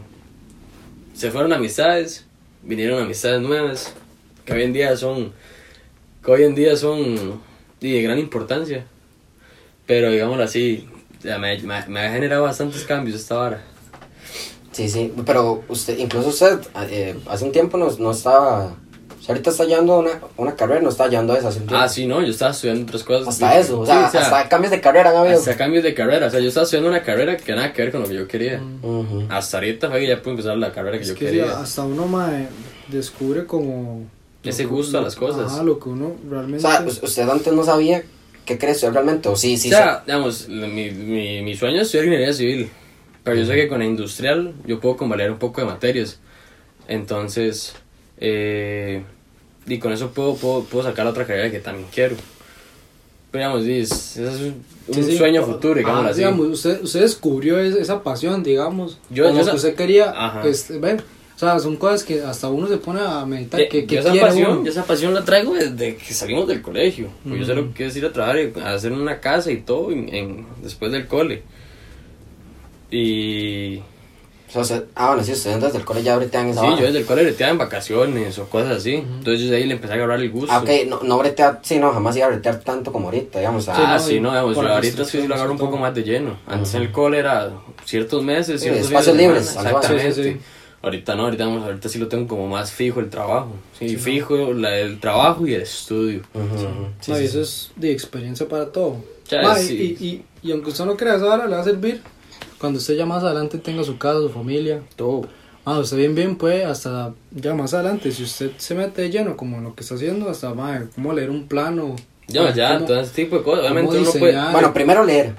Speaker 2: se fueron amistades, vinieron amistades nuevas, que hoy en día son, que hoy en día son di, de gran importancia. Pero digámoslo así, ya me, me- me ha generado bastantes cambios esta vara.
Speaker 3: Sí, sí, pero usted, incluso usted, eh, hace un tiempo no, no estaba, o sea, ahorita está llevando una, una carrera, no está llevando esa, hace un tiempo.
Speaker 2: Ah, sí, no, yo estaba estudiando otras cosas.
Speaker 3: Hasta eso, o sea,
Speaker 2: Sí, o sea,
Speaker 3: hasta cambios de carrera han habido.
Speaker 2: hasta cambios de carrera. O sea, yo estaba estudiando una carrera que nada que ver con lo que yo quería.
Speaker 3: Ujú.
Speaker 2: Hasta ahorita fue que ya pude empezar la carrera que
Speaker 1: Es
Speaker 2: yo
Speaker 1: que sí,
Speaker 2: quería.
Speaker 1: hasta uno mae, descubre como. lo
Speaker 2: Ese
Speaker 1: que-
Speaker 2: gusto a
Speaker 1: lo-
Speaker 2: las cosas. pues,
Speaker 1: Ajá, lo que uno realmente.
Speaker 3: O sea, us- usted antes no sabía qué quería estudiar realmente, o sí, sí,
Speaker 2: o sea, digamos, la- mi, mi, mi sueño es estudiar ingeniería civil. Pero yo sé que con la industrial yo puedo convalidar un poco de materias. Entonces, eh, y con eso puedo, puedo, puedo sacar la otra carrera que también quiero. Pero digamos, sí, es, es un,
Speaker 1: Sí,
Speaker 2: un
Speaker 1: sí.
Speaker 2: sueño futuro, digamos
Speaker 1: Ajá,
Speaker 2: así.
Speaker 1: digamos, usted, usted descubrió es- esa pasión, digamos. Yo,
Speaker 2: Yo- yo
Speaker 1: como
Speaker 2: esa-
Speaker 1: que usted quería.
Speaker 2: Ajá.
Speaker 1: Este, ver, o sea, son cosas que hasta uno se pone a meditar.
Speaker 2: Eh,
Speaker 1: que, que
Speaker 2: yo, esa
Speaker 1: quiere
Speaker 2: pasión,
Speaker 1: uno.
Speaker 2: yo esa pasión la traigo desde que salimos del colegio. Pues Yo sé lo que es ir a trabajar, y a hacer una casa y todo en- en- después del cole. Y.
Speaker 3: o sea, usted- ah, bueno, sí, ustedes desde el colegio ya bretean esa
Speaker 2: sí,
Speaker 3: vara.
Speaker 2: yo desde el cole breteaba en vacaciones o cosas así. Entonces yo de ahí le empecé a agarrar el gusto.
Speaker 3: Ah, ok, no, no bretea, sí, no, jamás iba a bretear tanto como ahorita, digamos, o sea,
Speaker 2: Ah,
Speaker 1: Sí, no,
Speaker 2: sí,
Speaker 1: y
Speaker 2: no, digamos,
Speaker 1: por
Speaker 2: yo
Speaker 1: las
Speaker 2: ahorita sí lo agarro un
Speaker 1: restricciones y
Speaker 2: poco
Speaker 1: todo.
Speaker 2: más de lleno. Antes en el cole era ciertos meses,
Speaker 3: Sí,
Speaker 2: ciertos
Speaker 3: espacios
Speaker 2: días de
Speaker 3: libres,
Speaker 2: semana,
Speaker 3: al bar.
Speaker 2: Exactamente.
Speaker 1: Sí, sí, sí.
Speaker 2: Ahorita no, ahorita, vamos, ahorita sí lo tengo como más fijo el trabajo. Sí, fijo la- el trabajo y el estudio.
Speaker 3: ujú, ujú. Sí,
Speaker 1: No, y
Speaker 3: sí,
Speaker 1: eso es de experiencia para todo.
Speaker 2: Ya,
Speaker 1: Ma, y-
Speaker 2: sí.
Speaker 1: y, y- y aunque usted no crea esa hora, le va a servir. Cuando usted ya más adelante tenga su casa, su familia.
Speaker 2: Todo.
Speaker 1: Ah, usted bien, bien, puede hasta ya más adelante, si usted se mete de lleno como en lo que está haciendo, hasta madre, como leer un plano.
Speaker 2: Ya,
Speaker 1: Ah,
Speaker 2: ya,
Speaker 1: cómo-
Speaker 2: todo ese tipo de cosas. Obviamente
Speaker 1: cómo
Speaker 2: uno puede.
Speaker 1: diseñar.
Speaker 3: Bueno, primero leer.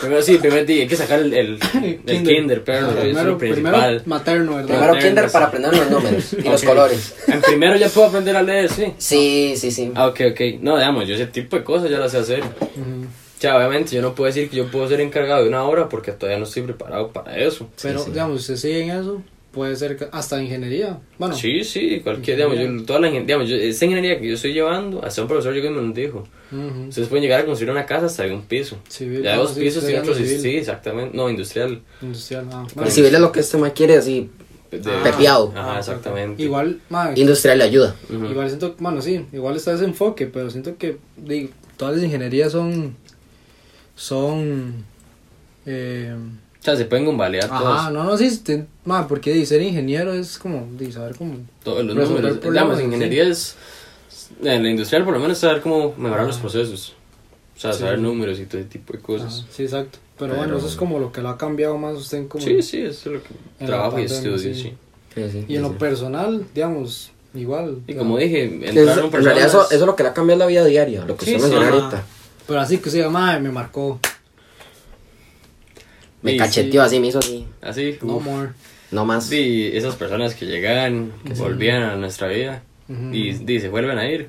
Speaker 2: Primero sí, primero di- hay que sacar el, el, el kinder. pero eso es
Speaker 1: primero,
Speaker 2: lo principal.
Speaker 1: primero materno, ¿verdad?
Speaker 3: Primero
Speaker 2: Materno,
Speaker 3: kinder
Speaker 2: sí.
Speaker 3: para aprender los números y los
Speaker 2: Ok.
Speaker 3: colores.
Speaker 2: En primero ya puedo aprender a leer, sí.
Speaker 3: Sí, sí, sí.
Speaker 2: Ah, ok, ok. No, digamos, yo ese tipo de cosas ya las sé hacer.
Speaker 1: Ujú.
Speaker 2: O sea, obviamente yo no puedo decir que yo puedo ser encargado de una obra porque todavía no estoy preparado para eso.
Speaker 1: Pero, digamos, si usted sigue en eso, puede ser que- hasta ingeniería. Bueno,
Speaker 2: Sí, sí, cualquier, digamos, yo, toda la ingen- digamos, yo- esa ingeniería que yo estoy llevando, hasta un profesor llegó y me lo dijo.
Speaker 1: ujú,
Speaker 2: Ustedes pueden llegar a construir una casa hasta de un piso.
Speaker 1: Mm. Civil,
Speaker 2: ya de
Speaker 1: ah,
Speaker 2: dos
Speaker 1: sí,
Speaker 2: pisos
Speaker 1: estoy
Speaker 2: tiene otro
Speaker 1: hablando
Speaker 2: sí,
Speaker 1: civil.
Speaker 2: sí, exactamente. No, industrial.
Speaker 1: industrial, ah,
Speaker 3: El
Speaker 1: bueno.
Speaker 3: civil es lo que este más quiere, así.
Speaker 2: De-
Speaker 3: Ah. Pepeado.
Speaker 2: Ajá, exactamente.
Speaker 1: Igual, mae,
Speaker 3: Industrial le ayuda.
Speaker 2: Ujú.
Speaker 1: Igual siento, bueno, sí, igual está ese enfoque, pero siento que digo, todas las ingenierías son. son. Eh,
Speaker 2: O sea, se pueden convaliar
Speaker 1: ajá,
Speaker 2: todos,
Speaker 1: no, no, sí, este, ma, porque di, ser ingeniero es como, di, saber cómo.
Speaker 2: todos los
Speaker 1: resolver
Speaker 2: números.
Speaker 1: problemas,
Speaker 2: Digamos, ingeniería es. En la industrial, por lo menos, saber cómo mejorar los procesos. O sea,
Speaker 1: Sí.
Speaker 2: saber números y todo ese tipo de cosas.
Speaker 1: Ajá, sí, exacto. Pero,
Speaker 3: Pero-
Speaker 1: bueno, eso es como lo que lo ha cambiado más usted en como.
Speaker 2: Sí, sí, eso es lo que
Speaker 1: la
Speaker 2: trabajo y
Speaker 1: pandemia,
Speaker 2: estudio, sí.
Speaker 1: sí.
Speaker 3: Sí, sí,
Speaker 1: Y en
Speaker 3: sí,
Speaker 1: lo
Speaker 3: sí.
Speaker 1: personal, digamos, igual.
Speaker 2: Y
Speaker 1: digamos.
Speaker 2: como dije, entraron
Speaker 3: Eso- en
Speaker 2: personas.
Speaker 3: realidad, eso, eso es lo que le ha cambiado la vida diaria, lo que
Speaker 2: Sí,
Speaker 3: usted
Speaker 2: sí,
Speaker 3: mencionó
Speaker 2: ajá.
Speaker 3: ahorita.
Speaker 1: Pero así que se llama, me marcó.
Speaker 3: Me
Speaker 2: Sí,
Speaker 3: cacheteó así, me hizo así.
Speaker 2: Así,
Speaker 1: No
Speaker 2: uf.
Speaker 1: more.
Speaker 3: No más.
Speaker 2: Sí, esas personas que llegan, que volvían a nuestra vida
Speaker 1: Ujú.
Speaker 2: y, di, se vuelven a ir.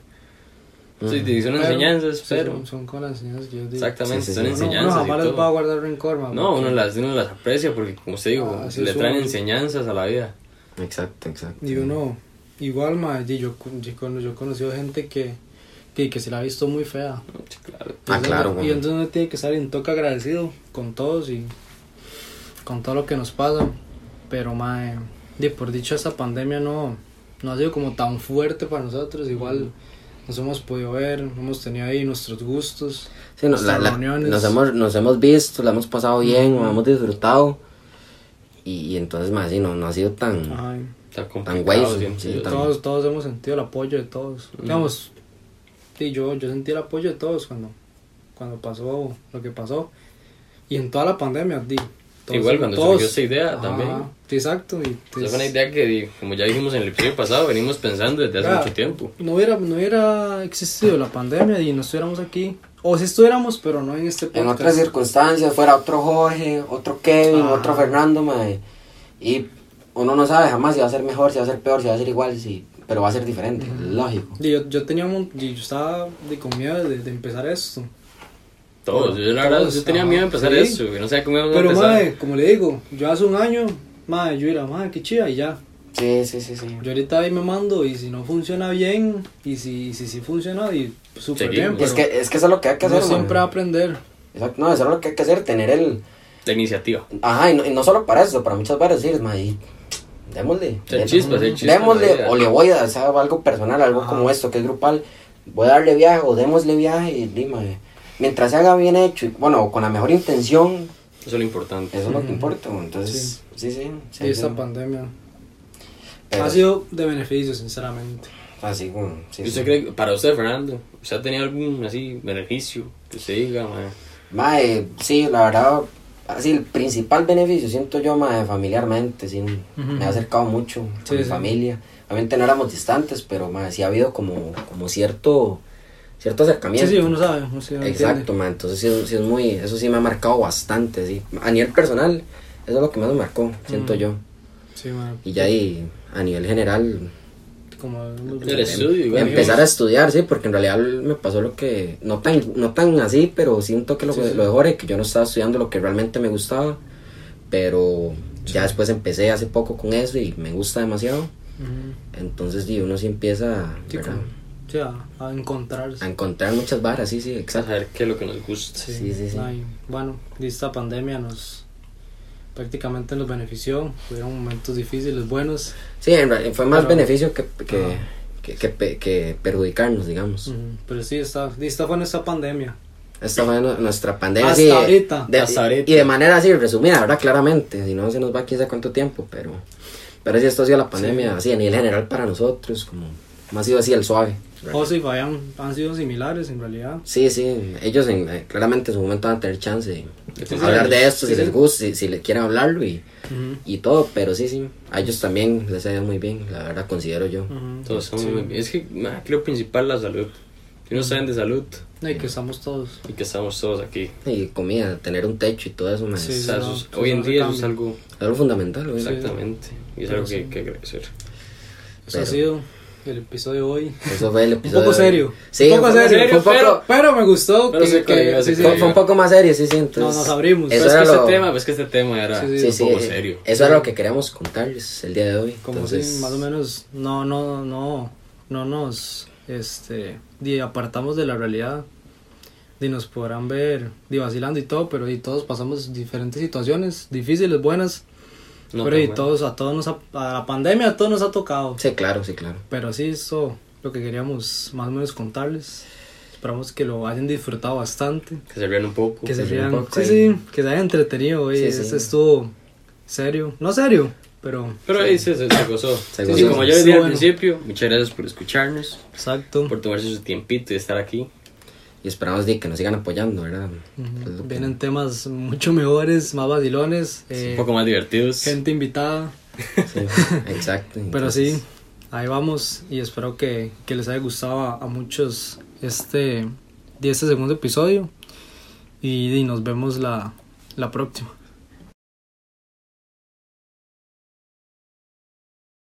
Speaker 2: Sí, di, son
Speaker 1: Pero-
Speaker 2: enseñanzas,
Speaker 1: sí,
Speaker 2: pero.
Speaker 1: son, son con las enseñanzas que yo digo.
Speaker 2: Exactamente,
Speaker 3: Sí, sí,
Speaker 2: son
Speaker 3: sí.
Speaker 1: Uno- uno
Speaker 2: enseñanzas. y
Speaker 1: jamás les
Speaker 2: todo.
Speaker 1: va a guardar rencor, ma,
Speaker 2: No,
Speaker 1: porque-
Speaker 2: uno las, uno las aprecia porque, como usted dijo,
Speaker 1: Ah, así
Speaker 2: le
Speaker 1: es
Speaker 2: traen
Speaker 1: uno.
Speaker 2: enseñanzas a la vida.
Speaker 3: Exacto, exacto.
Speaker 1: Y uno, igual, ma, di, yo, con- yo, con- yo he conocido gente que, que, que se la ha visto muy fea.
Speaker 2: Sí, Claro.
Speaker 3: Ah,
Speaker 1: Entonces,
Speaker 3: claro,
Speaker 1: uno-
Speaker 3: güey.
Speaker 1: Y entonces uno tiene que estar en toque agradecido con todos y con todo lo que nos pasa. Pero, ma, eh, di, por dicho, esta pandemia no, no ha sido como tan fuerte para nosotros. Igual nos hemos podido ver, hemos tenido ahí nuestros gustos.
Speaker 3: Sí, nos, la-
Speaker 1: nuestras
Speaker 3: la-
Speaker 1: reuniones.
Speaker 3: nos hemos, nos hemos visto, la hemos pasado bien, la hemos disfrutado. Y, y entonces, más así, no, no ha sido tan.
Speaker 1: Ajá, y-
Speaker 2: Está
Speaker 3: güey,
Speaker 2: complicado.
Speaker 3: sí,
Speaker 2: siento
Speaker 3: sí,
Speaker 2: yo.
Speaker 3: tan-
Speaker 1: todos, todos hemos sentido el apoyo de todos.
Speaker 2: Mm.
Speaker 1: Digamos, sí, yo, yo sentí el apoyo de todos cuando, cuando pasó lo que pasó. Y en toda la pandemia, di, todos-
Speaker 2: Igual cuando surgió esta idea también.
Speaker 1: sí, Exacto. y- pues,
Speaker 2: Esa fue una idea que, di, como ya dijimos en el episodio pasado, venimos pensando desde hace
Speaker 1: Claro.
Speaker 2: mucho tiempo.
Speaker 1: No hubiera, no hubiera existido la pandemia y no estuviéramos aquí. O si estuviéramos, pero no en este
Speaker 3: En
Speaker 1: podcast.
Speaker 3: otras circunstancias, fuera otro Jorge, otro Kevin,
Speaker 1: Ajá.
Speaker 3: otro Fernando, mae. Y uno no sabe jamás si va a ser mejor, si va a ser peor, si va a ser igual, si, pero va a ser diferente, lógico.
Speaker 1: Di, yo, yo tenía un, di, yo estaba di, con miedo de, de empezar esto.
Speaker 2: Todos, yo la
Speaker 1: Todos,
Speaker 2: verdad, yo tenía
Speaker 1: ajá,
Speaker 2: miedo de empezar
Speaker 1: sí.
Speaker 2: eso, que no sabía cómo íbamos a
Speaker 1: Pero,
Speaker 2: empezar.
Speaker 1: madre, como le digo, yo hace un año, madre, yo era, madre, qué chida, y ya.
Speaker 3: Sí, sí, sí, sí.
Speaker 1: Yo ahorita ahí me mando y si no funciona bien y si si, si funciona y súper bien,
Speaker 2: Seguimos.
Speaker 1: pero
Speaker 3: es, que, es que eso es lo que hay que
Speaker 1: uno
Speaker 3: hacer, mae.
Speaker 1: siempre va a aprender.
Speaker 3: Exacto, no, eso es lo que hay que hacer, tener el...
Speaker 2: La iniciativa.
Speaker 3: Ajá, y no, y no solo para eso, para muchas varas, sí, mae, y démosle.
Speaker 2: Hay
Speaker 3: dé-
Speaker 2: chispas, hay chispas,
Speaker 3: Démosle,
Speaker 2: mae.
Speaker 3: o le voy a dar, o sea, algo personal, algo como esto, que es grupal, voy a darle viaje, o démosle viaje, y di, mae. Mientras se haga bien hecho, y, bueno, con la mejor intención,
Speaker 2: Eso es lo importante.
Speaker 3: Eso es lo que importa, güey. entonces, sí, sí. sí,
Speaker 1: Y esta
Speaker 3: sí.
Speaker 1: pandemia
Speaker 3: Pero-
Speaker 1: ha sido de beneficio, sinceramente.
Speaker 3: Así, güey, sí,
Speaker 2: ¿Y usted
Speaker 3: sí.
Speaker 2: cree, que- para usted, Fernando, ¿usted ha tenido algún así beneficio que usted diga, mae?
Speaker 3: Mae, sí, la verdad, así, el principal beneficio siento yo, mae, familiarmente, sí, me ha acercado mucho
Speaker 1: Sí,
Speaker 3: a mi
Speaker 1: sí.
Speaker 3: familia. Obviamente no éramos distantes, pero, mae, sí ha habido como, como cierto, cierto
Speaker 1: Sí,
Speaker 3: acercamiento.
Speaker 1: sí, uno sabe. uno sí entiende.
Speaker 3: Exacto, mae, entonces sí, es- sí es muy, eso sí me ha marcado bastante, sí. A nivel personal, eso es lo que más me marcó,
Speaker 1: Mm.
Speaker 3: siento yo.
Speaker 1: Sí, madre,
Speaker 3: Y ya ahí, a nivel general,
Speaker 1: como
Speaker 2: El estudio, igual.
Speaker 3: empezar a estudiar, sí, porque en realidad me pasó lo que, no tan, no tan así, pero siento que lo, lo de Jorge, que yo no estaba estudiando lo que realmente me gustaba, pero ya después empecé hace poco con eso y me gusta demasiado,
Speaker 1: Ujú.
Speaker 3: entonces sí, uno sí empieza
Speaker 1: Sí,
Speaker 3: ¿verdad?
Speaker 1: como- sí, a, a encontrarse.
Speaker 3: a encontrar muchas varas, sí, sí,
Speaker 2: A
Speaker 3: exacto.
Speaker 2: saber qué es lo que nos gusta.
Speaker 3: Sí, sí, sí.
Speaker 1: Ay, bueno, de esta pandemia nos prácticamente nos benefició. Hubieron momentos difíciles, buenos.
Speaker 3: Sí, en realidad fue más
Speaker 1: Pero-
Speaker 3: beneficio que, que, que, que pe- que perjudicarnos, digamos.
Speaker 1: Ujú. Pero sí, esta, de esta fue nuestra pandemia.
Speaker 3: Esta fue nu- nuestra pandemia.
Speaker 1: Hasta
Speaker 3: sí,
Speaker 1: ahorita.
Speaker 3: de-
Speaker 2: Hasta ahorita.
Speaker 3: Y de manera así, resumida, ¿verdad? Claramente. Si no, se nos va quién sabe cuánto tiempo, pero... Pero sí, esto ha sido la pandemia, así, a nivel general para nosotros, como... Ha sido así el suave. ¿verdad?
Speaker 1: José y Fabián han sido similares en realidad.
Speaker 3: Sí, sí, ellos en- eh, claramente en su momento van a tener chance de
Speaker 2: sí,
Speaker 3: hablar
Speaker 2: sí,
Speaker 3: de esto,
Speaker 1: sí,
Speaker 3: si les
Speaker 1: sí.
Speaker 3: gusta, si, si le quieren hablarlo y,
Speaker 1: Ujú.
Speaker 3: y todo, pero sí, sí, a ellos también les ha ido muy bien, la verdad, considero yo.
Speaker 1: Ujú.
Speaker 2: Todos estamos muy bien. Es que, mae, creo principal la salud. Y uno saben de salud
Speaker 1: No, y que estamos todos.
Speaker 2: y que estamos todos aquí.
Speaker 3: Y comida, tener un techo y todo eso, más
Speaker 1: Sí,
Speaker 2: O sea,
Speaker 1: no,
Speaker 2: eso es-
Speaker 1: eso
Speaker 2: hoy en
Speaker 1: no se
Speaker 2: día eso es
Speaker 1: cambia.
Speaker 2: algo.
Speaker 3: algo fundamental, güey.
Speaker 2: Exactamente. Y es
Speaker 1: Pero
Speaker 2: algo que
Speaker 1: sí.
Speaker 2: hay que agradecer.
Speaker 1: Eso ha
Speaker 3: Pero-
Speaker 1: sido el episodio de hoy.
Speaker 3: Eso fue el episodio.
Speaker 1: poco
Speaker 3: de hoy.
Speaker 1: serio.
Speaker 3: Sí,
Speaker 1: Un poco
Speaker 3: fue-
Speaker 1: serio,
Speaker 3: fue un poco-
Speaker 2: pero-
Speaker 1: Pero me gustó
Speaker 2: Pero
Speaker 1: que,
Speaker 2: sí,
Speaker 1: que-
Speaker 2: colega,
Speaker 1: sí,
Speaker 2: sí,
Speaker 1: sí.
Speaker 3: fue- fue un poco más serio, sí, sí. Entonces,
Speaker 1: No, nos abrimos.
Speaker 3: Eso
Speaker 2: Pero es
Speaker 3: era
Speaker 2: que
Speaker 3: lo-
Speaker 2: este tema, es que este tema era
Speaker 1: Sí, sí.
Speaker 3: sí,
Speaker 2: un
Speaker 3: sí,
Speaker 2: poco
Speaker 3: eh,
Speaker 2: serio.
Speaker 3: Eso era lo que queríamos contarles el día de hoy.
Speaker 1: Como
Speaker 3: entonces,
Speaker 1: si más o menos no, no, no, no nos este, di, apartamos de la realidad. Y nos podrán ver di, vacilando y todo, pero y todos pasamos diferentes situaciones, difíciles, buenas.
Speaker 2: No
Speaker 1: pero
Speaker 2: tan
Speaker 1: y
Speaker 2: bueno.
Speaker 1: todos, a todos nos ha- a la pandemia a todos nos ha tocado.
Speaker 3: Sí, claro, sí, claro.
Speaker 1: Pero sí, eso lo que queríamos más o menos contarles. Esperamos que lo hayan disfrutado bastante.
Speaker 2: Que se rían un poco.
Speaker 1: Que se
Speaker 3: Pues, un
Speaker 1: rían.
Speaker 3: poco
Speaker 1: Sí,
Speaker 3: ahí.
Speaker 1: sí, que se hayan entretenido, güey.
Speaker 3: Sí, sí.
Speaker 1: Este estuvo serio. No serio, pero
Speaker 2: Pero ahí se, se- se gozó.
Speaker 3: Se
Speaker 2: Sí,
Speaker 3: gozó.
Speaker 2: sí, como
Speaker 1: Estuvo
Speaker 2: yo le dije al
Speaker 1: bueno.
Speaker 2: principio, muchas gracias por escucharnos,
Speaker 1: exacto.
Speaker 2: por tomarse su tiempito y estar aquí.
Speaker 3: Y esperamos de que nos sigan apoyando, ¿verdad? Es lo que-
Speaker 1: Vienen temas mucho mejores, más vacilones. eh,
Speaker 2: Un poco más divertidos.
Speaker 1: gente invitada.
Speaker 3: sí, exacto.
Speaker 1: Pero
Speaker 3: entonces,
Speaker 1: sí, ahí vamos. Y espero que, que les haya gustado a, a muchos este, de este segundo episodio. Y, y nos vemos la, la próxima.